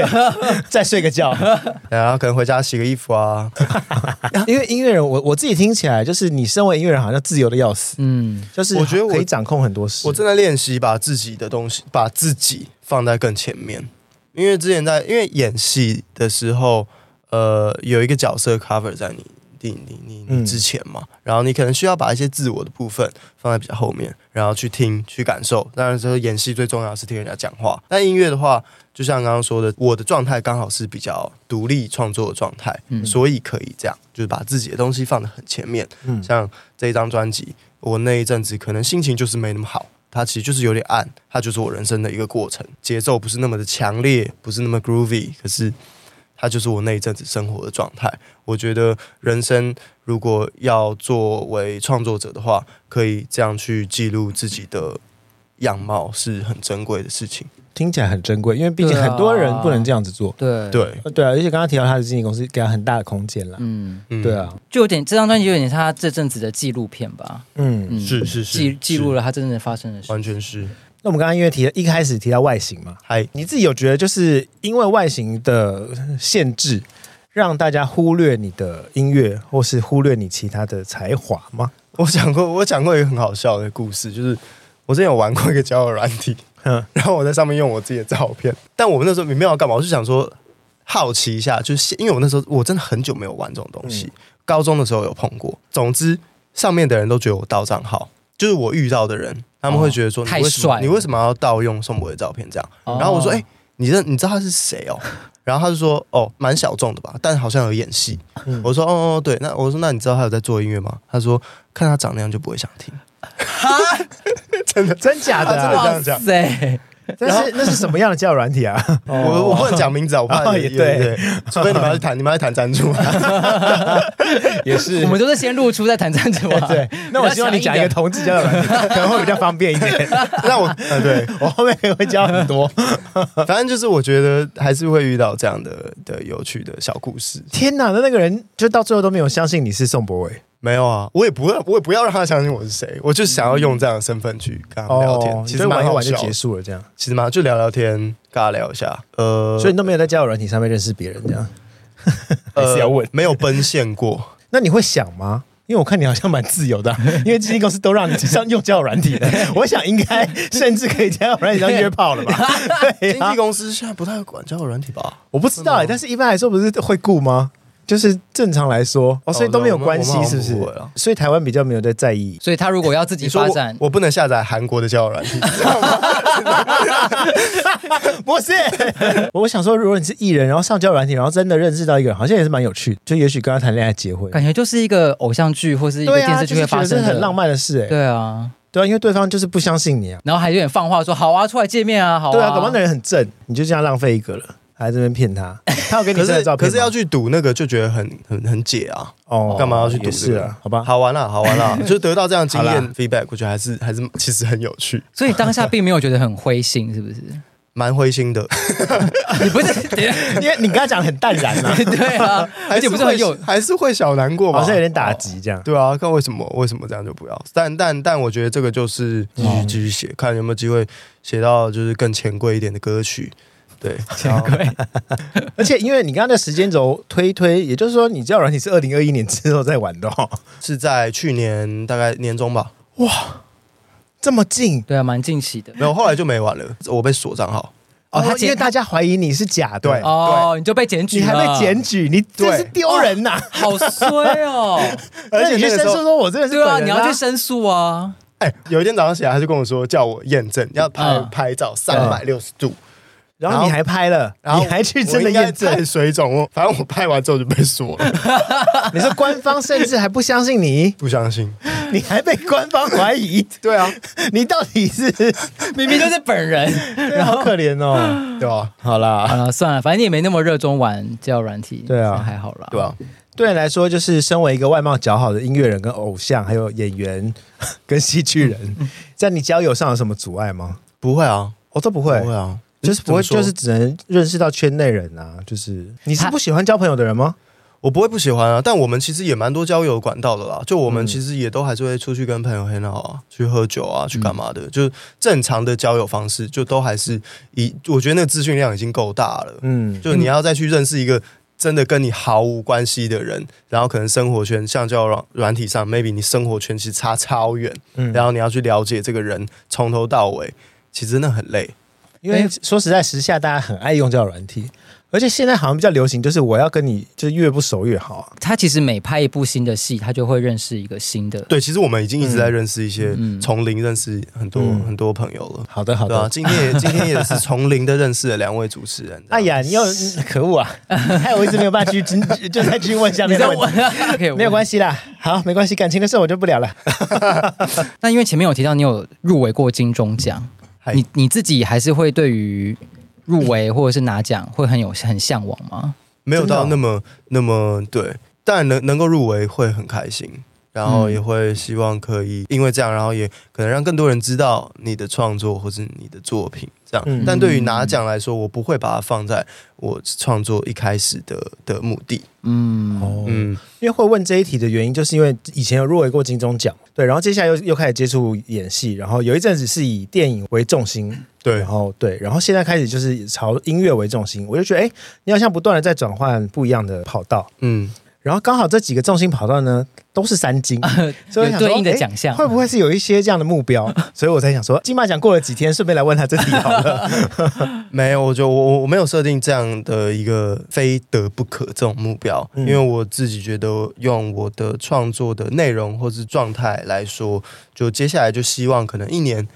Speaker 1: 再睡个觉。
Speaker 3: 然后可能回家洗个衣服啊，
Speaker 1: 因为音乐人，我我自己听起来就是你身为音乐人，好像自由的要死，
Speaker 2: 嗯，
Speaker 1: 就是
Speaker 3: 我觉得我
Speaker 1: 可以掌控很多事。
Speaker 3: 我正在练习把自己的东西，把自己放在更前面。因为之前在因为演戏的时候，呃，有一个角色 cover 在你你你你
Speaker 1: 嗯
Speaker 3: 你之前嘛，然后你可能需要把一些自我的部分放在比较后面，然后去听去感受。当然，说演戏最重要的是听人家讲话。但音乐的话，就像刚刚说的，我的状态刚好是比较独立创作的状态，
Speaker 2: 嗯
Speaker 3: 所以可以这样，就是把自己的东西放得很前面。
Speaker 1: 嗯
Speaker 3: 像这一张专辑，我那一阵子可能心情就是没那么好，它其实就是有点暗，它就是我人生的一个过程，节奏不是那么的强烈，不是那么 groovy，可是它就是我那一阵子生活的状态。我觉得人生如果要作为创作者的话，可以这样去记录自己的样貌是很珍贵的事情。
Speaker 1: 听起来很珍贵，因为毕竟
Speaker 2: 对啊
Speaker 1: 很多人不能这样子做。
Speaker 2: 对，
Speaker 3: 对，
Speaker 1: 呃对啊，而且刚刚提到他的经纪公司给他很大的空间啦。
Speaker 2: 嗯，
Speaker 3: 嗯
Speaker 1: 对，啊，
Speaker 2: 就有点这张专辑有点像他这阵子的纪录片吧，
Speaker 1: 嗯。
Speaker 2: 嗯，
Speaker 3: 是是是哦
Speaker 2: 记记录
Speaker 3: 是
Speaker 2: 了他真正发生的事，
Speaker 3: 完全是。
Speaker 1: 那我们刚刚因为提到一开始提到外形嘛，
Speaker 3: 嗨，
Speaker 1: 你自己有觉得就是因为外形的限制，让大家忽略你的音乐，或是忽略你其他的才华吗？
Speaker 3: 我讲过，我讲过一个很好笑的故事，就是我之前有玩过一个交友软体，
Speaker 1: 嗯
Speaker 3: 然后我在上面用我自己的照片，但我那时候没有要干嘛，我就想说好奇一下，就是因为我那时候我真的很久没有玩这种东
Speaker 2: 嗯
Speaker 3: 西，高中的时候有碰过。总之，上面的人都觉得我盗账号，就是我遇到的人，他们会觉得说、
Speaker 2: 哦
Speaker 3: 你
Speaker 2: 太
Speaker 3: 为什么
Speaker 2: 帅了
Speaker 3: 你为什么要盗用宋博的照片这样？
Speaker 2: 哦
Speaker 3: 然后我说，哎、你认你知道他是谁哦？然后他就说，哦，蛮小众的吧，但好像有演戏。
Speaker 1: 嗯
Speaker 3: 我说，哦哦，对，那我说，那你知道他有在做音乐吗？他说，看他长那样就不会想听。
Speaker 1: 真假的、
Speaker 3: 啊真的
Speaker 1: 啊？
Speaker 3: 这样讲
Speaker 2: 塞，
Speaker 1: 但是那是什么样的交友软体啊？
Speaker 3: 我我不能讲名字啊，我怕
Speaker 1: 哦也
Speaker 3: 也
Speaker 1: 对
Speaker 3: 对，除非你们要去谈，你们要去谈赞助。 啊
Speaker 1: 也是
Speaker 2: 我们都是先露出再谈战子嘛，
Speaker 1: 对，那我希望你讲一个
Speaker 2: 比较强
Speaker 1: 同志交友 软体，可能会比较方便一 点。
Speaker 3: 那我呃对，
Speaker 1: 我后面会教很多。
Speaker 3: 反正就是我觉得还是会遇到这样的的有趣的小故事。
Speaker 1: 天哪，那那个人就到最后都没有相信你是宋博伟
Speaker 3: 没有啊，我也不会，我也不要让他相信我是谁，我就想要用这样的身份去跟他
Speaker 1: 哦
Speaker 3: 们聊天。其
Speaker 1: 其
Speaker 3: 实
Speaker 1: 实玩
Speaker 3: 蛮
Speaker 1: 一
Speaker 3: 好
Speaker 1: 玩就
Speaker 3: 笑的，
Speaker 1: 结束了这样，
Speaker 3: 其实蛮就聊聊天，尬聊一下。呃，
Speaker 1: 所以你都没有在交友软体上面认识别人这样。还
Speaker 3: 呃
Speaker 1: 是要问
Speaker 3: 没有奔现 过，
Speaker 1: 那你会想吗？因为我看你好像蛮自 由的啊、因为经纪公司都让你上用交友软体的， 我想应该甚至可以交友软体上约炮了吧？ 对
Speaker 3: 经
Speaker 1: 啊
Speaker 3: 纪公司现在不太管交友软体吧？
Speaker 1: 我不知道、欸，但是一般来说不是会顾吗？就是正常来说，哦，所以都没有关系
Speaker 3: 我，们
Speaker 1: 是不是
Speaker 3: 我们好像不会啊？
Speaker 1: 所以台湾比较没有在在意，
Speaker 2: 所以他如果要自己
Speaker 3: 你说
Speaker 2: 发
Speaker 3: 我
Speaker 2: 展，
Speaker 3: 我不能下载韩国的交友软 体，
Speaker 1: 不是？ 我想说，如果你是艺人，然后上交友软体，然后真的认识到一个人，好像也是蛮有趣的，就也许跟他谈恋爱、结婚，
Speaker 2: 感觉就是一个偶像剧或是一个
Speaker 1: 对
Speaker 2: 电
Speaker 1: 啊，
Speaker 2: 视
Speaker 1: 就
Speaker 2: 剧
Speaker 1: 是
Speaker 2: 会
Speaker 1: 觉
Speaker 2: 发
Speaker 1: 得
Speaker 2: 生
Speaker 1: 是
Speaker 2: 的，
Speaker 1: 很浪漫的事、哎，
Speaker 2: 对啊，
Speaker 1: 对啊，因为对方就是不相信你啊，
Speaker 2: 然后还有点放话说好啊，出来见面啊，好
Speaker 1: 对啊，搞不好那人很正，你就这样浪费一个了，还在这边骗他， 他有给你
Speaker 3: 可
Speaker 1: 真的
Speaker 3: 是
Speaker 1: 照片
Speaker 3: 可
Speaker 1: 吗
Speaker 3: 是要去赌那个就觉得很很很解啊，
Speaker 1: 哦
Speaker 3: 干嘛要去赌
Speaker 1: 也
Speaker 3: 这
Speaker 1: 是
Speaker 3: 个
Speaker 1: 啊，好吧，
Speaker 3: 好玩啦，好玩 啦，就得到这样的经
Speaker 1: 好
Speaker 3: 验
Speaker 1: 啦
Speaker 3: feedback，我觉得还是还是其实很有趣，
Speaker 2: 所以当下并没有觉得很灰心，是 不是？
Speaker 3: 蛮灰心 的，
Speaker 2: 你不是对
Speaker 1: 因为你刚刚讲得很淡然啊，
Speaker 2: 对啊，而且不是很有
Speaker 3: 还会还是会小难过吧，
Speaker 1: 好像有点打击这样。
Speaker 3: 对啊，看为什么为什么这样就不要？但但但我觉得这个就是继续继续写，看有没有机会写到就是更钱柜一点的歌曲。对，钱柜
Speaker 1: 而且因为你刚刚的时间轴推一推，也就是说你交友软体是二零二一年之后再玩的哦，
Speaker 3: 是在去年大概年中吧，
Speaker 1: 这么近
Speaker 2: 对啊，蛮惊喜的
Speaker 3: 没有，后来就没玩了，我被锁账号。
Speaker 1: 哦，
Speaker 2: 他
Speaker 1: 因为
Speaker 2: 检
Speaker 1: 大家怀疑你是假的，
Speaker 3: 对
Speaker 2: 哦，你就被检举
Speaker 1: 你
Speaker 2: 了，
Speaker 1: 还被检举，你真是丢人呐！
Speaker 2: 好衰 哦！
Speaker 1: 那
Speaker 3: 而且
Speaker 1: 你去
Speaker 3: 那个
Speaker 1: 申
Speaker 3: 时
Speaker 1: 诉
Speaker 3: 候，
Speaker 1: 说，我真的是
Speaker 2: 对啊，
Speaker 1: 本
Speaker 2: 你
Speaker 1: 人
Speaker 2: 要去申诉啊！
Speaker 3: 哎，有一天早上起来，他就跟我说叫我验证，要拍
Speaker 1: 啊
Speaker 2: 嗯
Speaker 3: 拍照三百六十度，
Speaker 1: 然后你还拍了，
Speaker 3: 然后
Speaker 1: 啊你还去真的验
Speaker 3: 我应该
Speaker 1: 证
Speaker 3: 太，水肿，我反正我拍完之后就被锁了，
Speaker 1: 你说官方甚至还不相信你，
Speaker 3: 不相信。
Speaker 1: 你还被官方怀疑，
Speaker 3: 对啊，
Speaker 1: 你到底 是
Speaker 2: 明明就是本 人
Speaker 1: 对啊好可怜哦。
Speaker 3: 对啊，
Speaker 1: 好啦，
Speaker 2: 啊，算了，反正你也没那么热衷玩交友软体，
Speaker 1: 对啊
Speaker 2: 还好啦，
Speaker 3: 对啊，
Speaker 1: 对你来说，就是身为一个外貌姣好的音乐人、跟偶像，还有演员 跟戏剧
Speaker 3: 嗯
Speaker 1: 人，在你交友上有什么阻碍吗？
Speaker 3: 不会啊，
Speaker 1: 我、都不
Speaker 3: 不
Speaker 1: 会，
Speaker 3: 会啊，
Speaker 1: 就是不会，
Speaker 3: 怎
Speaker 1: 就
Speaker 3: 么说
Speaker 1: 是只能认识到圈内人啊。就是你是不喜欢交朋友的人吗？
Speaker 3: 我不会不喜欢啊，但我们其实也蛮多交友管道的啦。就我
Speaker 1: 嗯
Speaker 3: 们其实也都还是会出去跟朋友很好啊，去喝酒
Speaker 1: 嗯
Speaker 3: 啊，去干嘛的，就是正常的交友方式，就都还是以我觉得那个资讯量已经够大了。
Speaker 1: 嗯，
Speaker 3: 就你要再去认识一个真的跟你毫无关系的人，然后可能生活圈像交友软软体上，maybe 你生活圈其实差超远，
Speaker 1: 嗯
Speaker 3: 然后你要去了解这个人从头到尾，其实真的很累。
Speaker 1: 因
Speaker 3: 哎
Speaker 1: 为说实在，时下大家很爱用交友软体，而且现在好像比较流行，就是我要跟你就是越不熟越好啊。
Speaker 2: 他其实每拍一部新的戏，他就会认识一个新的。
Speaker 3: 对，其实我们已经一直在认识一些
Speaker 2: 嗯嗯
Speaker 3: 从零认识很多、
Speaker 1: 嗯
Speaker 3: 很多朋友了。
Speaker 1: 好的，好
Speaker 3: 对啊，
Speaker 1: 的。
Speaker 3: 今天也今天也是从零的认识了两位主持人。
Speaker 1: 哎，呀，你又嗯可恶 啊！害我一直没有办法去真就再去问下
Speaker 2: 你
Speaker 1: 面
Speaker 2: 在
Speaker 1: 的问
Speaker 2: 问
Speaker 1: 题。，
Speaker 2: OK，
Speaker 1: 没有关
Speaker 2: 系。
Speaker 1: 系啦，好，没关系，感情的事我就不聊了。
Speaker 2: 那因为前面有提到你有入围过金钟奖，
Speaker 3: 嗨
Speaker 2: 你你自己还是会对于入围或者是拿奖会很有很向往吗？
Speaker 3: 没有
Speaker 1: 真的
Speaker 3: 到
Speaker 1: 哦
Speaker 3: 那么、那么对，但能能够入围会很开心，然后
Speaker 2: 嗯
Speaker 3: 也会希望可以因为这样，然后也可能让更多人知道你的创作或是你的作品这样。
Speaker 1: 嗯
Speaker 3: 但对于拿奖来说，我不会把它放在我创作一开始的的目的。
Speaker 2: 嗯，
Speaker 1: 哦，
Speaker 3: 嗯，
Speaker 1: 因为会问这一题的原因，就是因为以前有入围过金钟奖，对，然后接下来又又开始接触演戏，然后有一阵子是以电影为重心，
Speaker 3: 对
Speaker 1: 然，后对，然后现在开始就是朝音乐为重心，我就觉得哎，诶你好像不断的在转换不一样的跑道，
Speaker 3: 嗯，
Speaker 1: 然后刚好这几个重心跑道呢都是三金，所以我
Speaker 2: 啊有
Speaker 1: 想说
Speaker 2: 对应的
Speaker 1: 诶
Speaker 2: 奖项嗯
Speaker 1: 会不会是有一些这样的目标？所以我才想说，金马奖过了几天，顺便来问他这题好 了。
Speaker 3: 没有，我就我我我没有设定这样的一个非得不可这种目标，
Speaker 1: 嗯
Speaker 3: 因为我自己觉得用我的创作的内容或是状态来说，就接下来就希望可能一年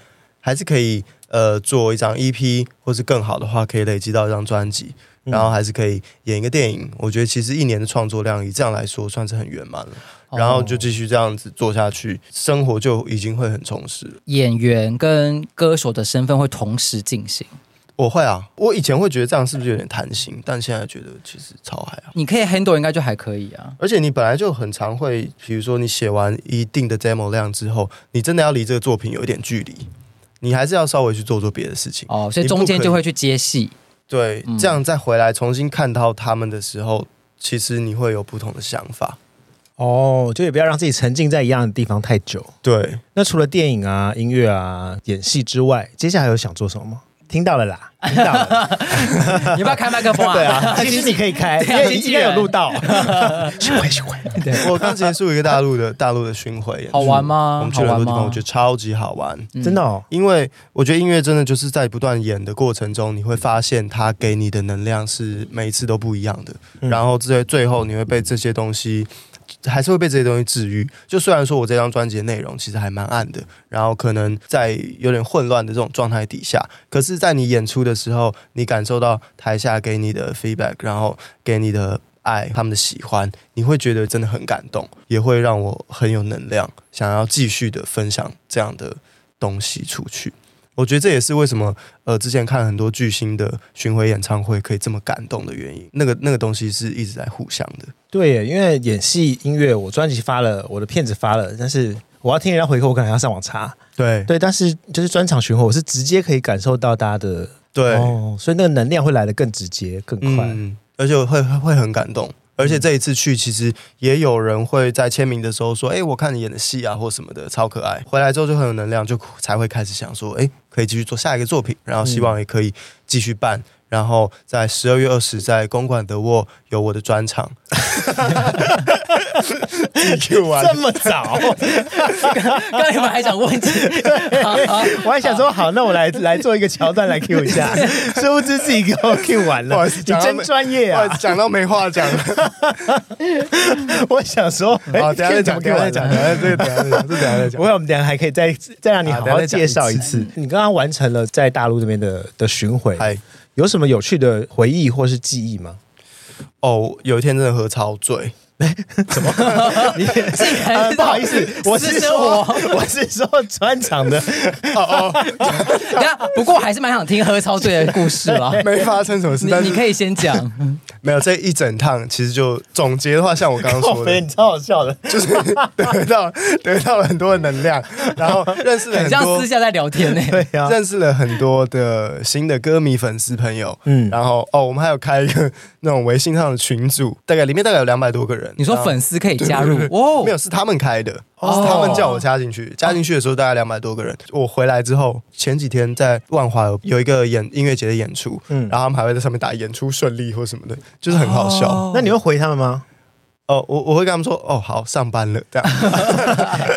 Speaker 3: 还是可以呃做一张 EP，或是更好的话可以累积到一张专辑，
Speaker 1: 嗯
Speaker 3: 然后还是可以演一个电影。我觉得其实一年的创作量以这样来说算是很圆满了，然后就
Speaker 2: 哦
Speaker 3: 继续这样子做下去，生活就已经会很充实了。
Speaker 2: 演员跟歌手的身份会同时进行。
Speaker 3: 我会啊，我以前会觉得这样是不是有点贪心，但现在觉得其实超还好。
Speaker 2: 你可以 handle 应该就还可以啊。
Speaker 3: 而且你本来就很常会，比如说你写完一定的 demo 量之后，你真的要离这个作品有一点距离，你还是要稍微去做做别的事情。
Speaker 2: 哦，所以中间就会去接 戏。
Speaker 3: 对，
Speaker 2: 嗯
Speaker 3: 这样再回来重新看到他们的时候，其实你会有不同的想法。
Speaker 1: 哦，就也不要让自己沉浸在一样的地方太久。
Speaker 3: 对，
Speaker 1: 那除了电影啊、音乐啊、演戏之外，接下来有想做什么吗？听到了 啦，听到了，
Speaker 2: 你要不要开麦克风啊？
Speaker 1: 对啊，其实你可以开，因
Speaker 2: 对啊
Speaker 1: 为应该有录 到。学会学会，
Speaker 3: 我刚结束一个大陆的大陆的巡回演出，
Speaker 2: 好玩吗
Speaker 3: 我们去了
Speaker 2: 好玩
Speaker 3: 很多地方，
Speaker 2: 吗
Speaker 3: 我觉得超级好玩。
Speaker 2: 嗯
Speaker 1: 真的哦，
Speaker 3: 因为我觉得音乐真的就是在不断演的过程中，你会发现它给你的能量是每一次都不一样的，
Speaker 1: 嗯
Speaker 3: 然后最最后你会被这些东西。还是会被这些东西治愈。就虽然说我这张专辑的内容其实还蛮暗的，然后可能在有点混乱的这种状态底下，可是，在你演出的时候，你感受到台下给你的 feedback，然后给你的爱，他们的喜欢，你会觉得真的很感动，也会让我很有能量，想要继续的分享这样的东西出去。我觉得这也是为什么，呃，之前看很多巨星的巡回演唱会可以这么感动的原因。那个那个东西是一直在互相的。
Speaker 1: 对耶，因为演戏、音乐，我专辑发了，我的片子发了，但是我要听人家回扣，我可能还要上网查。
Speaker 3: 对
Speaker 1: 对，但是就是专场巡回，我是直接可以感受到大家的
Speaker 3: 对，
Speaker 1: 哦，所以那个能量会来得更直接、更快。
Speaker 3: 嗯，而且会会会很感动。而且这一次去，其实也有人会在签名的时候说：“哎、我看你演的戏啊，或什么的，超可爱。”回来之后就很有能量，就才会开始想说：“哎、可以继续做下一个作品，然后希望也可以继续办。然后在十二月二十，在公馆德沃有我的专场。Q 啊完
Speaker 1: 这么早，
Speaker 2: 刚才你们还想问题，
Speaker 1: 我还想说好，那我来来做一个桥段来 Q 一下，殊不知自己给我 Q 完
Speaker 3: 不好
Speaker 1: 了，
Speaker 3: 意思
Speaker 1: 你
Speaker 3: 讲到
Speaker 1: 真
Speaker 3: 没
Speaker 1: 专业
Speaker 3: 哇
Speaker 1: 啊！
Speaker 3: 讲到没话讲了。
Speaker 1: 我想说，哎
Speaker 3: 好，等一下再
Speaker 1: Q 怎
Speaker 3: 讲，
Speaker 1: 么
Speaker 3: 等
Speaker 1: Q 完了
Speaker 3: 一下再讲，等一下这个等一下再讲，这等一下再
Speaker 1: 不
Speaker 3: 讲。
Speaker 1: 会，我们等一下还可以再再让你好
Speaker 3: 好等
Speaker 1: 好
Speaker 3: 一下再
Speaker 1: 介绍一次。你刚刚完成了在大陆这边的的巡回，
Speaker 3: 嗨，
Speaker 1: 有什么有趣的回忆或是记忆吗？
Speaker 3: 哦，有一天真的喝超醉，
Speaker 1: 什么？ 你 呃不好意思，我是
Speaker 2: 私生
Speaker 1: 说
Speaker 2: 活，
Speaker 1: 我是说专场的，
Speaker 2: 等一下，不过我还是蛮想听喝超醉的故事啦。
Speaker 3: 没发生什么
Speaker 2: 哎
Speaker 3: 事，
Speaker 2: 你
Speaker 3: 但
Speaker 2: 你
Speaker 3: 是
Speaker 2: 可以先讲，
Speaker 3: 没有这一整趟，其实就总结的话，像我刚刚
Speaker 1: 靠
Speaker 3: 说
Speaker 1: 北，
Speaker 3: 的，
Speaker 1: 你超好笑的。
Speaker 3: 就是得到得到了很多的能量，然 后认识了
Speaker 2: 很
Speaker 3: 很
Speaker 2: 像
Speaker 3: 多啊
Speaker 2: 私下啊在聊天呢、
Speaker 1: 对呀，
Speaker 3: 认识了很多的新的歌迷粉丝朋友，
Speaker 1: 嗯
Speaker 3: 嗯，然后哦，我们还有开一个那种微信上的群组，大概里面大概有两百多个人。
Speaker 2: 你说
Speaker 3: 然后
Speaker 2: 粉丝可以加入
Speaker 3: 对对对
Speaker 2: 哦
Speaker 3: 啊没有，是他们开的，
Speaker 2: 哦
Speaker 3: 是他们叫我加进去。加进去的时候大概两百多个人。我回来之后，前几天在万华有有一个演音乐节的演出，
Speaker 1: 嗯
Speaker 3: 嗯，然后他们还会在上面打演出顺利或什么的，就是很好笑。哦
Speaker 1: 那你会回他们吗？
Speaker 3: 我我会跟他们说，哦，好，上班了这样。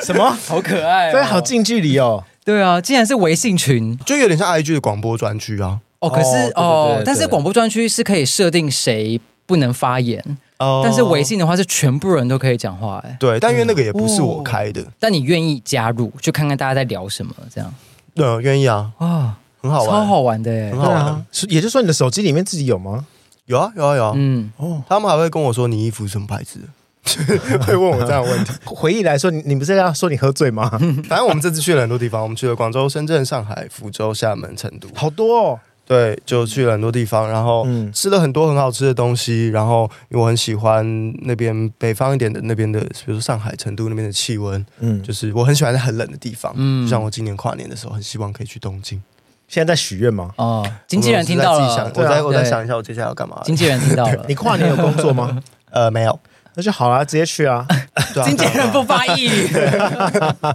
Speaker 1: 什么？
Speaker 2: 好可爱、哦，
Speaker 1: 对，啊好近距离哦。
Speaker 2: 对啊，竟然是微信群
Speaker 3: 就有点像 IG 的广播专区啊。
Speaker 2: 哦，可是
Speaker 1: 哦对对对
Speaker 2: 哦，
Speaker 1: 对
Speaker 2: 但是广播专区是可以设定谁不能发言，
Speaker 3: 哦
Speaker 2: 但是微信的话是全部人都可以讲话哎、
Speaker 3: 对，但因为那个也不是我开的，
Speaker 2: 但你愿意加入，就看看大家在聊什么，这样
Speaker 3: 对，我愿意啊，
Speaker 2: 啊，
Speaker 3: 很好玩，
Speaker 2: 超好玩的哎、
Speaker 3: 很
Speaker 1: 对
Speaker 3: 好玩。
Speaker 1: 啊，是也就是说你的手机里面自己有吗？
Speaker 3: 有啊有啊有啊，
Speaker 2: 嗯，
Speaker 3: 他们还会跟我说你衣服是什么牌子的， 会问我这样的问题。
Speaker 1: 回忆来说，你你不是要说你喝醉吗？
Speaker 3: 反正我们这次去了很多地方，我们去了广州、深圳、上海、福州、厦门、成都，
Speaker 1: 好多哦，
Speaker 3: 对，就去了很多地方，然后
Speaker 1: 嗯
Speaker 3: 吃了很多很好吃的东西，然后因为我很喜欢那边北方一点的那边的，比如说上海、成都那边的气温，
Speaker 1: 嗯，就
Speaker 3: 就是我很喜欢在很冷的地方，
Speaker 2: 嗯
Speaker 3: 嗯，就像我今年跨年的时候，很希望可以去东京。
Speaker 1: 现在在许愿吗？
Speaker 2: 哦，经纪人听到
Speaker 3: 我
Speaker 2: 了，
Speaker 3: 我在我在
Speaker 2: 对
Speaker 3: 想一下我接下来要干嘛。
Speaker 2: 经纪人听到了
Speaker 1: 你，跨年有工作 吗？
Speaker 3: 呃，没有，
Speaker 1: 那就好啦，直接去啊。
Speaker 3: 对啊
Speaker 2: 经纪人不发一语，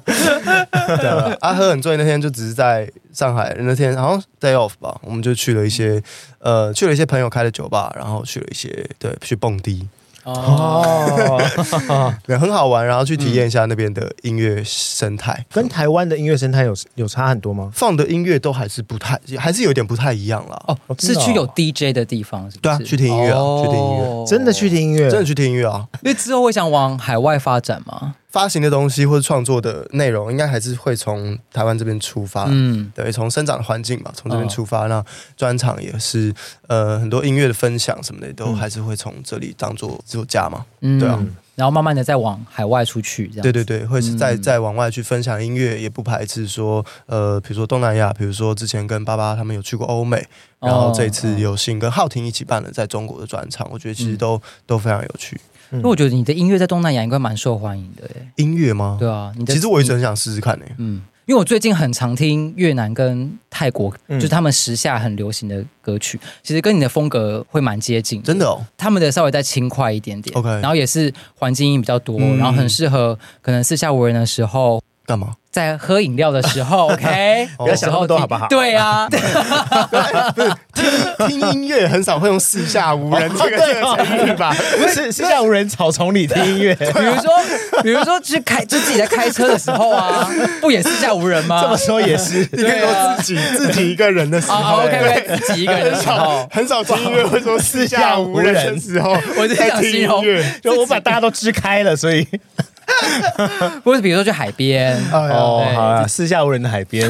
Speaker 3: 对啊，阿喝很醉那天就只是在上海，那天好像 day off 吧，我们就去了一些呃，去了一些朋友开的酒吧，然后去了一些对去蹦迪，
Speaker 2: 哦，
Speaker 1: 哦，
Speaker 3: 对，很好玩，然后去体验一下那边的音乐生态。
Speaker 1: 跟台湾的音乐生态有有差很多吗？
Speaker 3: 放的音乐都还是不太，还是有点不太一样啦。
Speaker 2: 哦
Speaker 1: 哦，真
Speaker 2: 是
Speaker 1: 的哦
Speaker 2: 去有 DJ 的地方，是不是？哦
Speaker 3: 对啊去听音乐啊去听音乐
Speaker 1: 真的去听音乐，
Speaker 3: 真的去听音乐啊，
Speaker 2: 因为之后会想往海外发展嘛。
Speaker 3: 发行的东西或者创作的内容，应该还是会从台湾这边出发。
Speaker 2: 嗯，
Speaker 3: 对，从生长的环境嘛，从这
Speaker 2: 哦
Speaker 3: 边出发，那专场也是，呃，很多音乐的分享什么的，都
Speaker 1: 嗯
Speaker 3: 还是会从这里当做作家嘛。
Speaker 2: 嗯
Speaker 3: 对啊
Speaker 2: 然后慢慢的再往海外出去，这样
Speaker 3: 对对对，会是再
Speaker 2: 嗯
Speaker 3: 再往外去分享音乐，也不排斥说，呃，比如说东南亚，比如说之前跟爸爸他们有去过欧美，
Speaker 2: 哦
Speaker 3: 然后这次有幸跟浩廷一起办了在中国的专场，我觉得其实
Speaker 2: 嗯
Speaker 3: 都、都非常有趣。
Speaker 2: 因为我觉得你的音乐在东南亚应该蛮受欢迎的耶。
Speaker 3: 音乐吗？
Speaker 2: 对啊，你的
Speaker 3: 嗯其实我一直很想试试看呢、
Speaker 2: 嗯，因为我最近很常听越南跟泰国，
Speaker 1: 嗯
Speaker 2: 就是他们时下很流行的歌曲，其实跟你的风格会蛮接近，
Speaker 3: 真的。哦，
Speaker 2: 他们的稍微再轻快一点点
Speaker 3: OK
Speaker 2: 然后也是环境音比较多，
Speaker 3: 嗯
Speaker 2: 然后很适合可能四下无人的时候，
Speaker 3: 干嘛？
Speaker 2: 在喝饮料的时 候，OK，
Speaker 1: 不哦要想那么多好不好
Speaker 2: 对啊，
Speaker 3: 听音乐很少会用四下无人 这个。
Speaker 1: 成语吧？哦 是是像无人草丛里听音 乐，这
Speaker 2: 比如说，比如说去开，就自己在开车的时候 啊，不也四下无人吗？
Speaker 1: 么说也是。
Speaker 3: 你可以说自己自己一个人的时
Speaker 2: 啊
Speaker 3: 候
Speaker 2: 啊，OK OK，自己一个人的时候，
Speaker 3: 很少听音乐会说四下无人的时候，
Speaker 2: 我就想形容，
Speaker 1: 就我把大家都支开了，所以
Speaker 2: 或者比如说去海边，
Speaker 3: 哎呀
Speaker 1: 哦，
Speaker 2: 对
Speaker 1: 好了，四下无人的海边，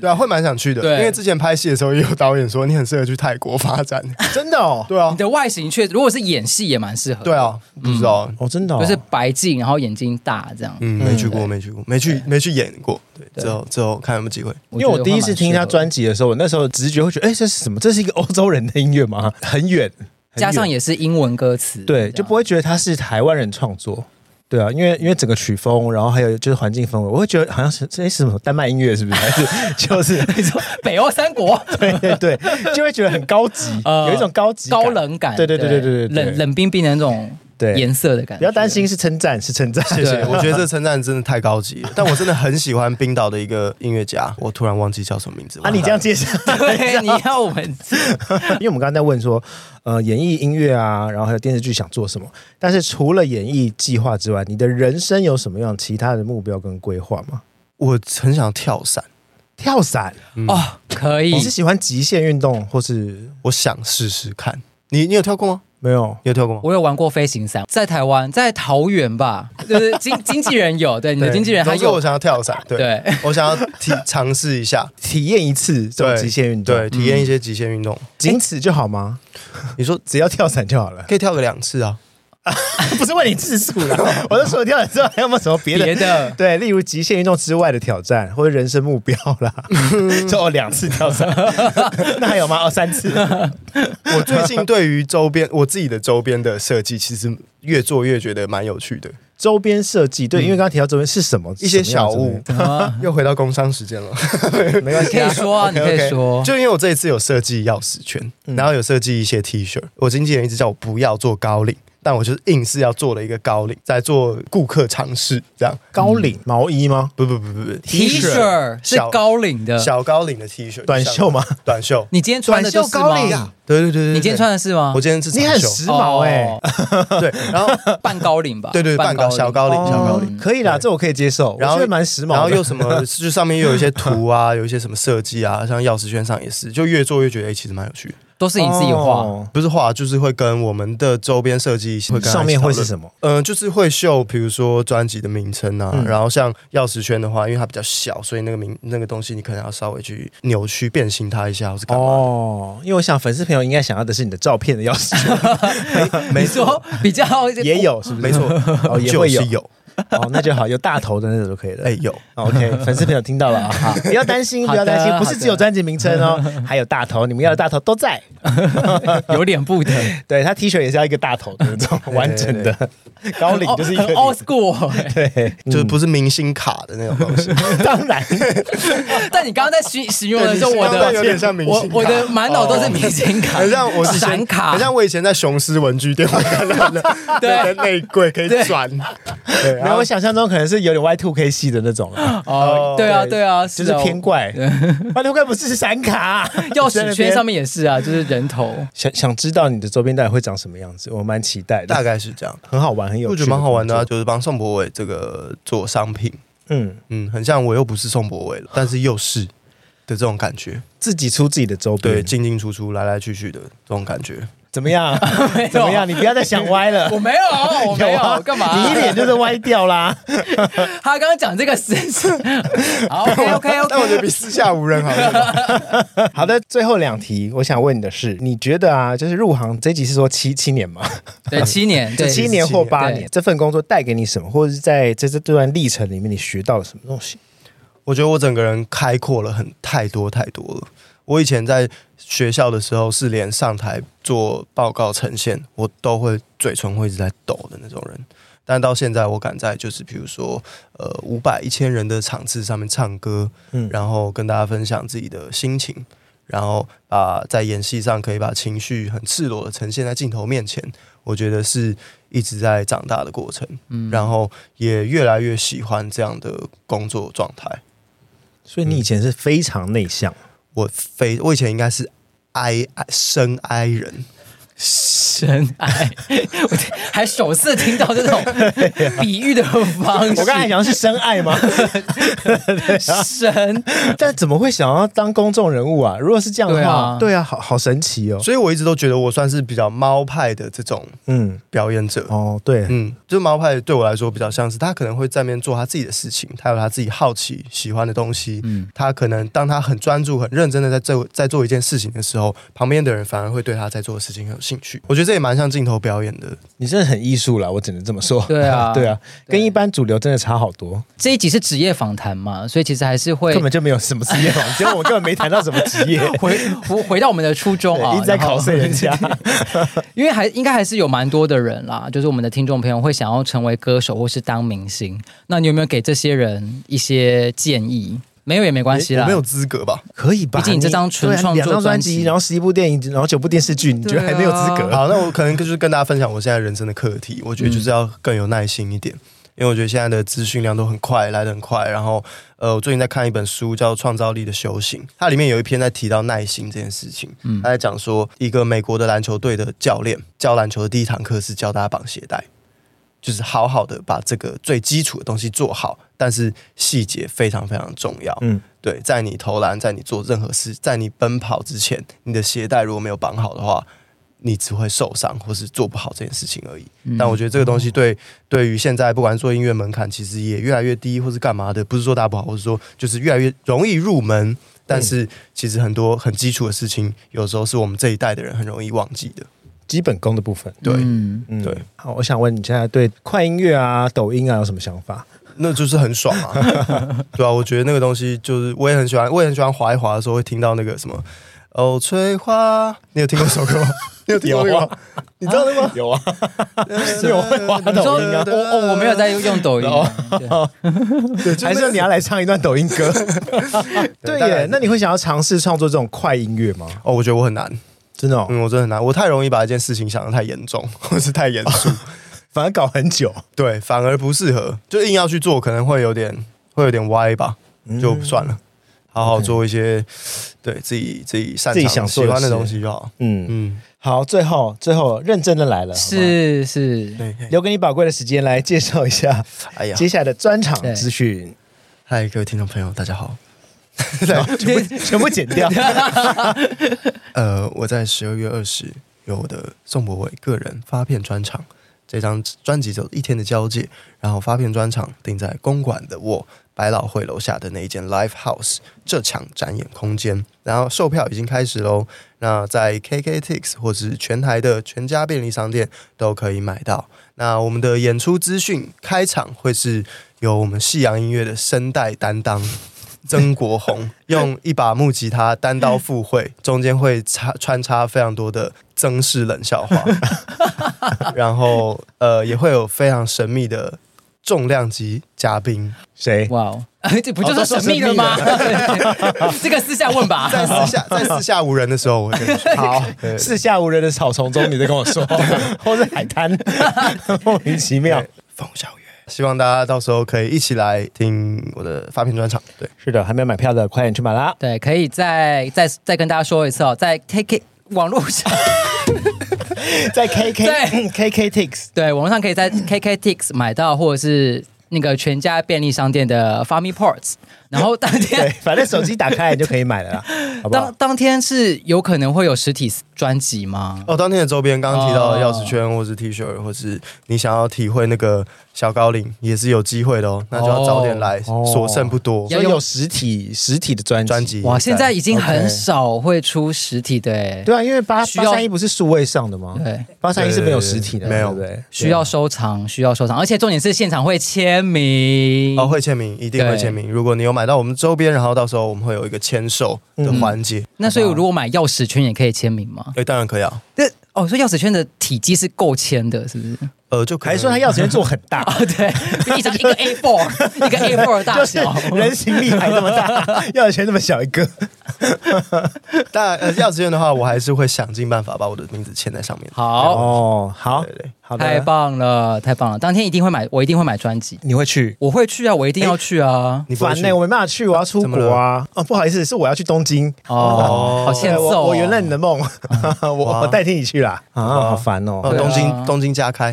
Speaker 3: 对啊，会蛮想去的，
Speaker 2: 对
Speaker 3: 因为之前拍戏的时候也有导演说你很适合去泰国发 展，
Speaker 1: 真的哦，
Speaker 3: 对啊
Speaker 2: 你，的外形确，如果是演戏也蛮适合，
Speaker 3: 对，啊，不知道，
Speaker 1: 哦，真的哦，
Speaker 2: 就是白净，然后眼睛大这样。
Speaker 3: 嗯，没去过，没去过，没去没去演过，对，之后之后看有没有机会，
Speaker 1: 因为我
Speaker 2: 觉得
Speaker 1: 第一
Speaker 2: 会
Speaker 1: 次
Speaker 2: 蛮
Speaker 1: 听他
Speaker 2: 适合
Speaker 1: 专辑的时候，我那时候直觉会觉得，哎，这是什么？这是一个欧洲人的音乐吗？很远，很
Speaker 2: 的，加上
Speaker 1: 远
Speaker 2: 也是英文歌词，
Speaker 1: 对，就不会觉得他是台湾人创作。对啊，因为因为整个曲风，然后还有就是环境氛围，我会觉得好像是这是什么丹麦音乐，是不是？ 还是就是
Speaker 2: 北欧三国
Speaker 1: 对对对，就会觉得很高级，
Speaker 2: 呃
Speaker 1: 有一种高级感
Speaker 2: 高冷感，
Speaker 1: 对对对对对对对
Speaker 2: 冷冷冰冰的那种
Speaker 1: 对
Speaker 2: 颜色的感觉，
Speaker 1: 不要担心，是称赞，是称赞。
Speaker 3: 谢谢，我觉得这称赞真的太高级了，但我真的很喜欢冰岛的一个音乐家，我突然忘记叫什么名字了，
Speaker 1: 啊，你这样介绍，
Speaker 2: 对，你要我们
Speaker 1: 因为我们刚刚在问说，呃，演艺音乐啊，然后还有电视剧想做什么，但是除了演艺计划之外，你的人生有什么样其他的目标跟规划吗？
Speaker 3: 我很想跳伞，
Speaker 1: 跳伞，
Speaker 3: 嗯
Speaker 2: 哦，可以
Speaker 1: 你是喜欢极限运动或是
Speaker 3: 我想试试看，你你有跳过吗？
Speaker 1: 没有，
Speaker 3: 你有跳过吗？
Speaker 2: 我有玩过飞行伞，在台湾，在桃园吧，就是 经经纪人有，对，你的
Speaker 3: 对
Speaker 2: 经纪人他
Speaker 3: 总之我
Speaker 2: 有，
Speaker 3: 想要跳伞，对，
Speaker 2: 对，
Speaker 3: 我想要体尝试一下，
Speaker 1: 体验一次这种
Speaker 3: 对
Speaker 1: 极限运动，哎
Speaker 3: 对，，体验一些极限运动。
Speaker 1: 仅此就好吗？
Speaker 3: 嗯 你说
Speaker 1: 只要跳伞就好了，
Speaker 3: 可以跳个两次啊？
Speaker 1: 不是问你次数 啦。我是说跳伞之后还有没有什么别的？
Speaker 2: 别的
Speaker 1: 对，例如极限运动之外的挑战或者人生目标啦， 就哦两次跳伞，那还有吗？哦，三次，
Speaker 3: 我最近对于周边 我自己的周边的设计，其实越做越觉得蛮有趣的，
Speaker 1: 周边设计，对，因为刚刚提到周边是什么
Speaker 3: 嗯一些小物
Speaker 1: 物，。
Speaker 2: 啊
Speaker 3: 又回到工商时间了，
Speaker 1: 没关
Speaker 2: 你
Speaker 1: 系
Speaker 2: 可以
Speaker 1: 啊，
Speaker 2: 说啊，你可
Speaker 3: OK，OK
Speaker 2: 以说，
Speaker 3: 就因为我这一次有设计钥匙圈，然后有设计一些 T 恤，我经纪人一直叫我不要做高领，但我就是硬是要做了一个高领，在做顾客尝试这样。
Speaker 1: 高领毛衣吗？
Speaker 3: 不不不不不
Speaker 2: T 恤是
Speaker 3: 小
Speaker 2: 高领的，
Speaker 3: 小高领的 T 恤，
Speaker 1: 短袖吗？
Speaker 3: 短袖。
Speaker 2: 你今天穿的就是啊吗？
Speaker 3: 对对对对对，
Speaker 2: 你今天穿的是吗
Speaker 3: 我？今天是
Speaker 1: 你
Speaker 3: 长
Speaker 1: 很
Speaker 3: 袖，
Speaker 1: 时髦哎
Speaker 2: 哦，，
Speaker 3: 对，然后
Speaker 2: 半高领吧，
Speaker 3: 对对半高
Speaker 2: 领
Speaker 3: 小高领小高领。
Speaker 1: 哦可以啦，
Speaker 3: 对
Speaker 1: 这我可以接受，
Speaker 3: 然后
Speaker 1: 我觉得蛮时髦的，
Speaker 3: 然后又什么， 就上面又有一些图啊，有一些什么设计啊，像钥匙圈上也是，就越做越觉得哎、其实蛮有趣的。
Speaker 2: 都是你自己画，
Speaker 1: 哦
Speaker 3: 不是画，就是会跟我们的周边设计会跟
Speaker 1: 上面会是
Speaker 3: 么？
Speaker 1: 什么？
Speaker 3: 嗯、就是会秀，比如说专辑的名称啊，
Speaker 1: 嗯
Speaker 3: 然后像钥匙圈的话，因为它比较小，所以那个名那个东西你可能要稍微去扭曲变形它一下，或是干嘛？
Speaker 1: 哦，因为我想粉丝朋友应该想要的是你的照片的钥匙 圈，
Speaker 3: 没
Speaker 2: 你说 比较
Speaker 1: 也有是不是？
Speaker 3: 没错，
Speaker 1: 哦也
Speaker 3: 就
Speaker 1: 会有
Speaker 3: 是有，
Speaker 1: 哦，那就好，有大头的那种就可以了。
Speaker 3: 哎、有，
Speaker 1: 哦 OK，粉丝朋友听到了啊，不要担心，
Speaker 2: 好
Speaker 1: 不
Speaker 2: 的
Speaker 1: 要担心，不
Speaker 2: 好
Speaker 1: 是
Speaker 2: 的
Speaker 1: 只有专辑名称哦，还有大头，你们要的大头都在。
Speaker 2: 有脸部 的，
Speaker 1: 对他 T 恤也是要一个大头的那种完整的，高领就是一个
Speaker 2: 很 old school 欸。
Speaker 1: 对，
Speaker 3: 就是不是明星卡的那种东
Speaker 1: 嗯
Speaker 3: 西。
Speaker 1: 当然
Speaker 2: 但你刚刚在形形容的时候，
Speaker 3: 对你
Speaker 2: 我
Speaker 3: 形容得
Speaker 2: 的
Speaker 3: 有点哦像明
Speaker 2: 我
Speaker 3: 星卡
Speaker 2: 我的满脑都是明星卡，
Speaker 3: 很像我以前
Speaker 2: 闪卡
Speaker 3: 很，像我以前在雄狮文具店会看到 的那个内柜可以转，对，
Speaker 1: 没
Speaker 3: 然
Speaker 1: 有
Speaker 3: 后
Speaker 1: 我想象中可能是有点 Y two K 系的那种啦，
Speaker 2: 哦，对啊
Speaker 1: 对
Speaker 2: 对啊，
Speaker 1: 就是
Speaker 2: 啊
Speaker 1: 偏怪。Y two K 不是闪卡，
Speaker 2: 钥匙圈上
Speaker 1: 面。
Speaker 2: 面也是啊，就是人头。
Speaker 1: 想想知道你的周边到底会长什么样子，我蛮期待的，
Speaker 3: 大概是这样。
Speaker 1: 很好玩，很有趣，
Speaker 3: 我觉得蛮好玩的、啊，。就是帮宋博伟这个做商品，
Speaker 1: 嗯，
Speaker 3: 嗯，很像我又不是宋博伟了，但是又是的这种感觉，
Speaker 1: 自己出自己的周
Speaker 3: 对，
Speaker 1: 边，
Speaker 3: 进进出出、来来去去的这种感觉。
Speaker 1: 怎么样？啊
Speaker 2: 没有
Speaker 1: 怎么样？你不要再想歪了
Speaker 2: 我。没有， 我没
Speaker 1: 啊
Speaker 2: 有，干嘛？
Speaker 1: 你一脸就是歪掉啦。
Speaker 2: 他刚刚讲这个事情，好，OK OK
Speaker 3: 但我觉
Speaker 2: OK，
Speaker 3: 得比私下无人好用。
Speaker 1: 好的，最后两题，我想问你的是，你觉得啊，就是入行这一集是说七七年吗？
Speaker 2: 对，七年，对，
Speaker 1: 七年或八年
Speaker 2: 对，
Speaker 1: 这份工作带给你什么，或者是在这这段历程里面你学到了什么东西？
Speaker 3: 我觉得我整个人开阔了很太多太多了。我以前在学校的时候是连上台做报告呈现，我都会嘴唇会一直在抖的那种人。但到现在，我敢在就是比如说呃五百一千人的场次上面唱歌，
Speaker 1: 嗯
Speaker 3: 然后跟大家分享自己的心情，然后把在演戏上可以把情绪很赤裸的呈现在镜头面前，我觉得是一直在长大的过程，
Speaker 2: 嗯
Speaker 3: 然后也越来越喜欢这样的工作状态。
Speaker 1: 所以你以前是非常内向，
Speaker 3: 我非我以前应该是 I 深 I 人，
Speaker 2: 深爱，我还首次听到这种比喻的方式。
Speaker 1: 我刚才讲的是深爱吗？
Speaker 2: 深，
Speaker 1: 但怎么会想要当公众人物啊？如果是这样的
Speaker 2: 对
Speaker 1: 话
Speaker 2: 啊，
Speaker 1: 对啊，好好神奇哦。
Speaker 3: 所以我一直都觉得我算是比较猫派的这种
Speaker 1: 嗯，
Speaker 3: 表演者。
Speaker 1: 哦，对，
Speaker 3: 嗯，就猫派对我来说比较像是他可能会在面做他自己的事情，他有他自己好奇喜欢的东西。
Speaker 2: 嗯
Speaker 3: 他可能当他很专注、很认真的在做在做一件事情的时候，旁边的人反而会对他在做的事情很有兴趣。我觉得这也蛮像镜头表演的。
Speaker 1: 你真的很艺术啦，我只能这么说。
Speaker 2: 对 啊
Speaker 1: 对啊，
Speaker 2: 对
Speaker 1: 跟一般主流真的差好多，
Speaker 2: 这一集是职业访谈嘛，所以其实还是会
Speaker 1: 根本就没有什么职业 网，结果我根本没谈到什么职业，
Speaker 2: 回回回到我们的初衷啊，
Speaker 1: 对一直在
Speaker 2: 然后
Speaker 1: 考碎人 家。
Speaker 2: 因为还应该还是有蛮多的人啦，就是我们的听众朋友会想要成为歌手或是当明星，那你有没有给这些人一些建议？没有也没关系
Speaker 3: 我
Speaker 2: 啦
Speaker 3: 没，有资格吧？
Speaker 1: 可以吧？
Speaker 2: 毕竟你这张
Speaker 1: 你
Speaker 2: 纯
Speaker 1: 对啊
Speaker 2: 创
Speaker 1: 两
Speaker 2: 作
Speaker 1: 张
Speaker 2: 专
Speaker 1: 专辑，
Speaker 2: 辑啊
Speaker 1: 然后十一部电影，然后九部电视剧，你觉得还没有资格？
Speaker 3: 好，那我可能就是跟大家分享我现在人生的课题。我觉得就是要更有耐心一点，因为我觉得现在的资讯量都很快，来得很快。然后，呃，我最近在看一本书叫《创造力的修行》，它里面有一篇在提到耐心这件事情。嗯，他在讲说，一个美国的篮球队的教练教篮球的第一堂课是教大家绑鞋带。就是好好的把这个最基础的东西做好，但是细节非常非常重要。
Speaker 1: 嗯，
Speaker 3: 对，在你投篮，在你做任何事，在你奔跑之前，你的鞋带如果没有绑好的话，你只会受伤或是做不好这件事情而已。
Speaker 2: 嗯
Speaker 3: 但我觉得这个东西对对于现在不管做音乐门槛，其实也越来越低，或是干嘛的，不是说大家不好，或是说就是越来越容易入门。但是其实很多很基础的事情，有时候是我们这一代的人很容易忘记的。
Speaker 1: 基本功的部分。
Speaker 3: 对，
Speaker 2: 嗯
Speaker 1: 嗯
Speaker 3: 对。
Speaker 1: 好，我想问你现在对快音乐啊、抖音啊有什么想法？
Speaker 3: 那就是很爽啊，对啊，我觉得那个东西就是我也很喜欢，我也很喜欢滑一滑的时候会听到那个什么哦，翠花，你有听过这首歌吗？你有听过这个吗？你知道那个吗？
Speaker 4: 有 啊，
Speaker 3: 有会滑
Speaker 2: 你说
Speaker 1: 啊
Speaker 2: 我我我没有在用抖音，
Speaker 3: 哦
Speaker 2: 对
Speaker 1: 还是你要来唱一段抖音歌？对
Speaker 3: 大概
Speaker 1: 耶，那你会想要尝试创作这种快音乐吗？
Speaker 3: 哦，我觉得我很难，
Speaker 1: 真的、哦，
Speaker 3: 嗯，我真的很难，我太容易把一件事情想得太严重，或是太严肃，
Speaker 1: 反而搞很久，
Speaker 3: 对，反而不适合，就硬要去做，可能会有点会有点歪吧，就算了，好好
Speaker 1: 嗯 OK
Speaker 3: 做一些对自己自己擅
Speaker 1: 自己
Speaker 3: 长
Speaker 1: 想
Speaker 3: 喜
Speaker 1: 做的
Speaker 3: 欢的
Speaker 1: 事
Speaker 3: 东西就好，
Speaker 1: 嗯，
Speaker 3: 嗯，
Speaker 1: 好，最后最后认真的来了，好吗
Speaker 2: 是是，
Speaker 3: 嗯对，
Speaker 1: 留给你宝贵的时间来介绍一下
Speaker 3: 哎呀，
Speaker 1: 接下来的专场
Speaker 2: 对
Speaker 1: 资讯，
Speaker 3: 嗨，各位听众朋友，大家好。
Speaker 1: 全部全部剪掉。
Speaker 3: 呃，我在十二月二十有我的宋博伟个人发片专场，这张专辑走一天的交界，然后发片专场定在公馆的我百老汇楼下的那一间 Live House 这场展演空间，然后售票已经开始喽。那在 KKTix 或是全台的全家便利商店都可以买到。那我们的演出资讯，开场会是由我们西洋音乐的声带担当曾 国宏用一把木吉他单刀赴会，中间会插穿插非常多的曾氏冷笑 话， 然后呃也会有非常神秘的重量级 嘉宾，
Speaker 1: 谁？
Speaker 2: 哇哦， 这不就是神秘了吗？ 这个私下问吧。
Speaker 3: 在私 下在私下无人的时候，我会跟你说
Speaker 1: 好，四下无人的草丛中，你在跟我说，或是海 滩，莫名其妙。
Speaker 3: 冯小月，希望大家到时候可以一起来听我的发片专场，对。
Speaker 1: 是的，还没有买票的，快点去买啦！
Speaker 2: 对，可以再再再跟大家说一次哦，在 KK 网络上，
Speaker 1: 在 KK
Speaker 2: 对
Speaker 1: KK Tix
Speaker 2: 对网络上可 以在 KKTix 买到，或者是那个全家便利商店的 Farmy Ports，然后当
Speaker 1: 对，
Speaker 2: 天。
Speaker 1: 反正手机打开你就可以买了 啦，好不好
Speaker 2: 当？当天是有可能会有实体专辑吗？
Speaker 3: 哦，当天的周边刚刚提到的
Speaker 2: 哦
Speaker 3: 钥匙圈，或是 T 恤，或是你想要体会那个小高领，也是有机会的哦。那就要早点来，
Speaker 1: 哦
Speaker 3: 所剩不多。
Speaker 1: 要有实体实体的专辑
Speaker 3: 专辑
Speaker 2: 哇，现在已经很
Speaker 1: OK
Speaker 2: 少会出实体的欸，
Speaker 1: 对啊，啊因为八
Speaker 2: 需
Speaker 1: 八
Speaker 2: 要
Speaker 1: 三一不是数位上的吗？
Speaker 2: 对，
Speaker 1: 八三一是没有实体的，
Speaker 3: 对没有
Speaker 1: 对不对，
Speaker 2: 需要收藏，需要收藏，而且重点是现场会签名
Speaker 3: 哦，会签名，一定会签名。如果你有买到我们周边，然后到时候我们会有一个签售
Speaker 2: 嗯
Speaker 3: 的环节。
Speaker 2: 那所以如果买钥匙圈也可以签名吗？
Speaker 3: 对，当然可以啊。
Speaker 2: 对，哦，所以钥匙圈的体积是够签的，是不 是？
Speaker 3: 呃，就可
Speaker 1: 还
Speaker 3: 能
Speaker 1: 是 说他钥匙圈做很 大，
Speaker 2: 哦，对，一张一个 A4，一个 A4 的大
Speaker 1: 就是
Speaker 2: 小。
Speaker 1: 人形立牌这么大， 钥匙圈这么小一个，
Speaker 3: 但呃，钥匙圈的话，我还是会想尽办法把我的名字签在上面。
Speaker 2: 好，
Speaker 1: 哦，好
Speaker 3: 对对，
Speaker 1: 好
Speaker 2: 太
Speaker 1: 的，
Speaker 2: 棒了，太棒了！当天一定会买，我一定会买专辑，
Speaker 1: 你会去？
Speaker 2: 我会去啊，我一定要去啊。
Speaker 3: 你不会
Speaker 1: 烦欸
Speaker 3: 去
Speaker 1: 呢，我没办法去，我要出
Speaker 3: 怎么
Speaker 1: 国啊！哦，不好意思，是我要去东京。
Speaker 2: 哦，好欠
Speaker 1: 对哎
Speaker 2: 揍
Speaker 1: 我
Speaker 2: 哦！
Speaker 1: 我原谅你的 梦，我我代替你去啦。啊，好烦
Speaker 3: 哦，
Speaker 1: 哦。
Speaker 3: 东
Speaker 2: 对啊
Speaker 3: 京东京加开，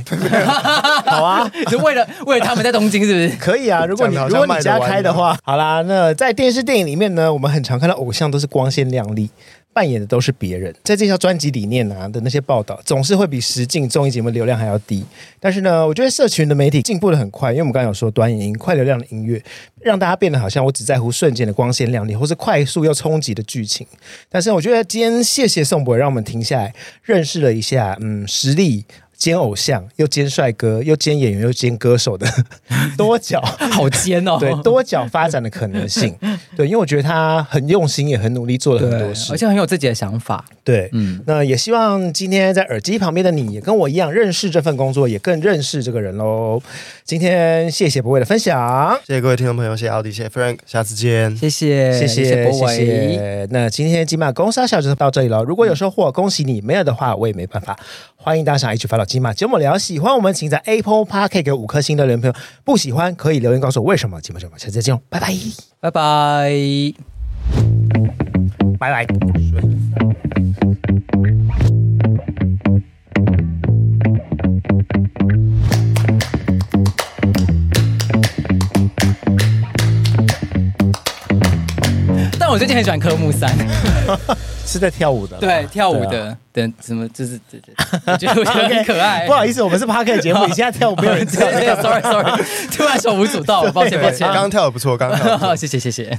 Speaker 1: 好啊，
Speaker 2: 就为了为了他们在东京，是不是？
Speaker 1: 可 以啊，如果你
Speaker 3: 讲得
Speaker 1: 如
Speaker 3: 好
Speaker 1: 果
Speaker 3: 像
Speaker 1: 你家开的话，好啦，那在电视电影里面呢，我们很常看到偶像都是光鲜亮丽，扮演的都是别人。在这条专辑里面啊的那些报道，总是会比实境综艺节目流量还要低。但是呢，我觉得社群的媒体进步的很快，因为我们刚刚有说短影音、快流量的音乐，让大家变得好像我只在乎瞬间的光鲜亮丽，或是快速又冲击的剧情。但是我觉得今天谢谢宋博，让我们停下来认识了一下，嗯，实力。兼偶像，又兼帅哥，又兼演员，又兼歌手的 多角
Speaker 2: 好尖 哦，
Speaker 1: 对多角发展的可能性。 对，因为我觉得他很用心，也很努力，做了
Speaker 2: 对
Speaker 1: 很多事
Speaker 2: 而。且很有自己的想法。
Speaker 1: 对，嗯，那也希望今天在耳机旁边的你也跟我一样认识这份工作，也更认识这个人喽。今天谢谢博伟的分享。
Speaker 3: 谢谢各位听众朋友，谢谢奥迪，谢谢 Frank，下次见。
Speaker 2: 谢谢，
Speaker 1: 谢谢
Speaker 2: 谢博
Speaker 1: 谢
Speaker 2: 伟。
Speaker 1: 谢。那今天金马公沙小就到这里了。如果有收获，恭喜你；没有的话，我也没办法。欢迎打赏一起发到金马节目聊。喜欢我们，请在 Apple Park 给五颗星的留言朋友；不喜欢可以留言告诉我为什么。节目就到这里下次再见哦，拜拜，
Speaker 2: 拜拜。
Speaker 1: 拜拜。
Speaker 2: 但我我最近很喜欢科 目三，
Speaker 1: 是在跳舞的啦，
Speaker 2: 对，跳舞
Speaker 1: 对啊。
Speaker 2: 的，等什么就是，这这我觉得我觉 得很可爱。
Speaker 1: 啊不好意思，我们是 p a r k 节 目，你现在跳舞没有人知道。
Speaker 2: 对对，sorry sorry，突然手舞足蹈，抱歉抱
Speaker 3: 刚
Speaker 2: 歉。
Speaker 3: 刚跳的不错，刚刚跳得不 错
Speaker 2: 谢谢谢谢。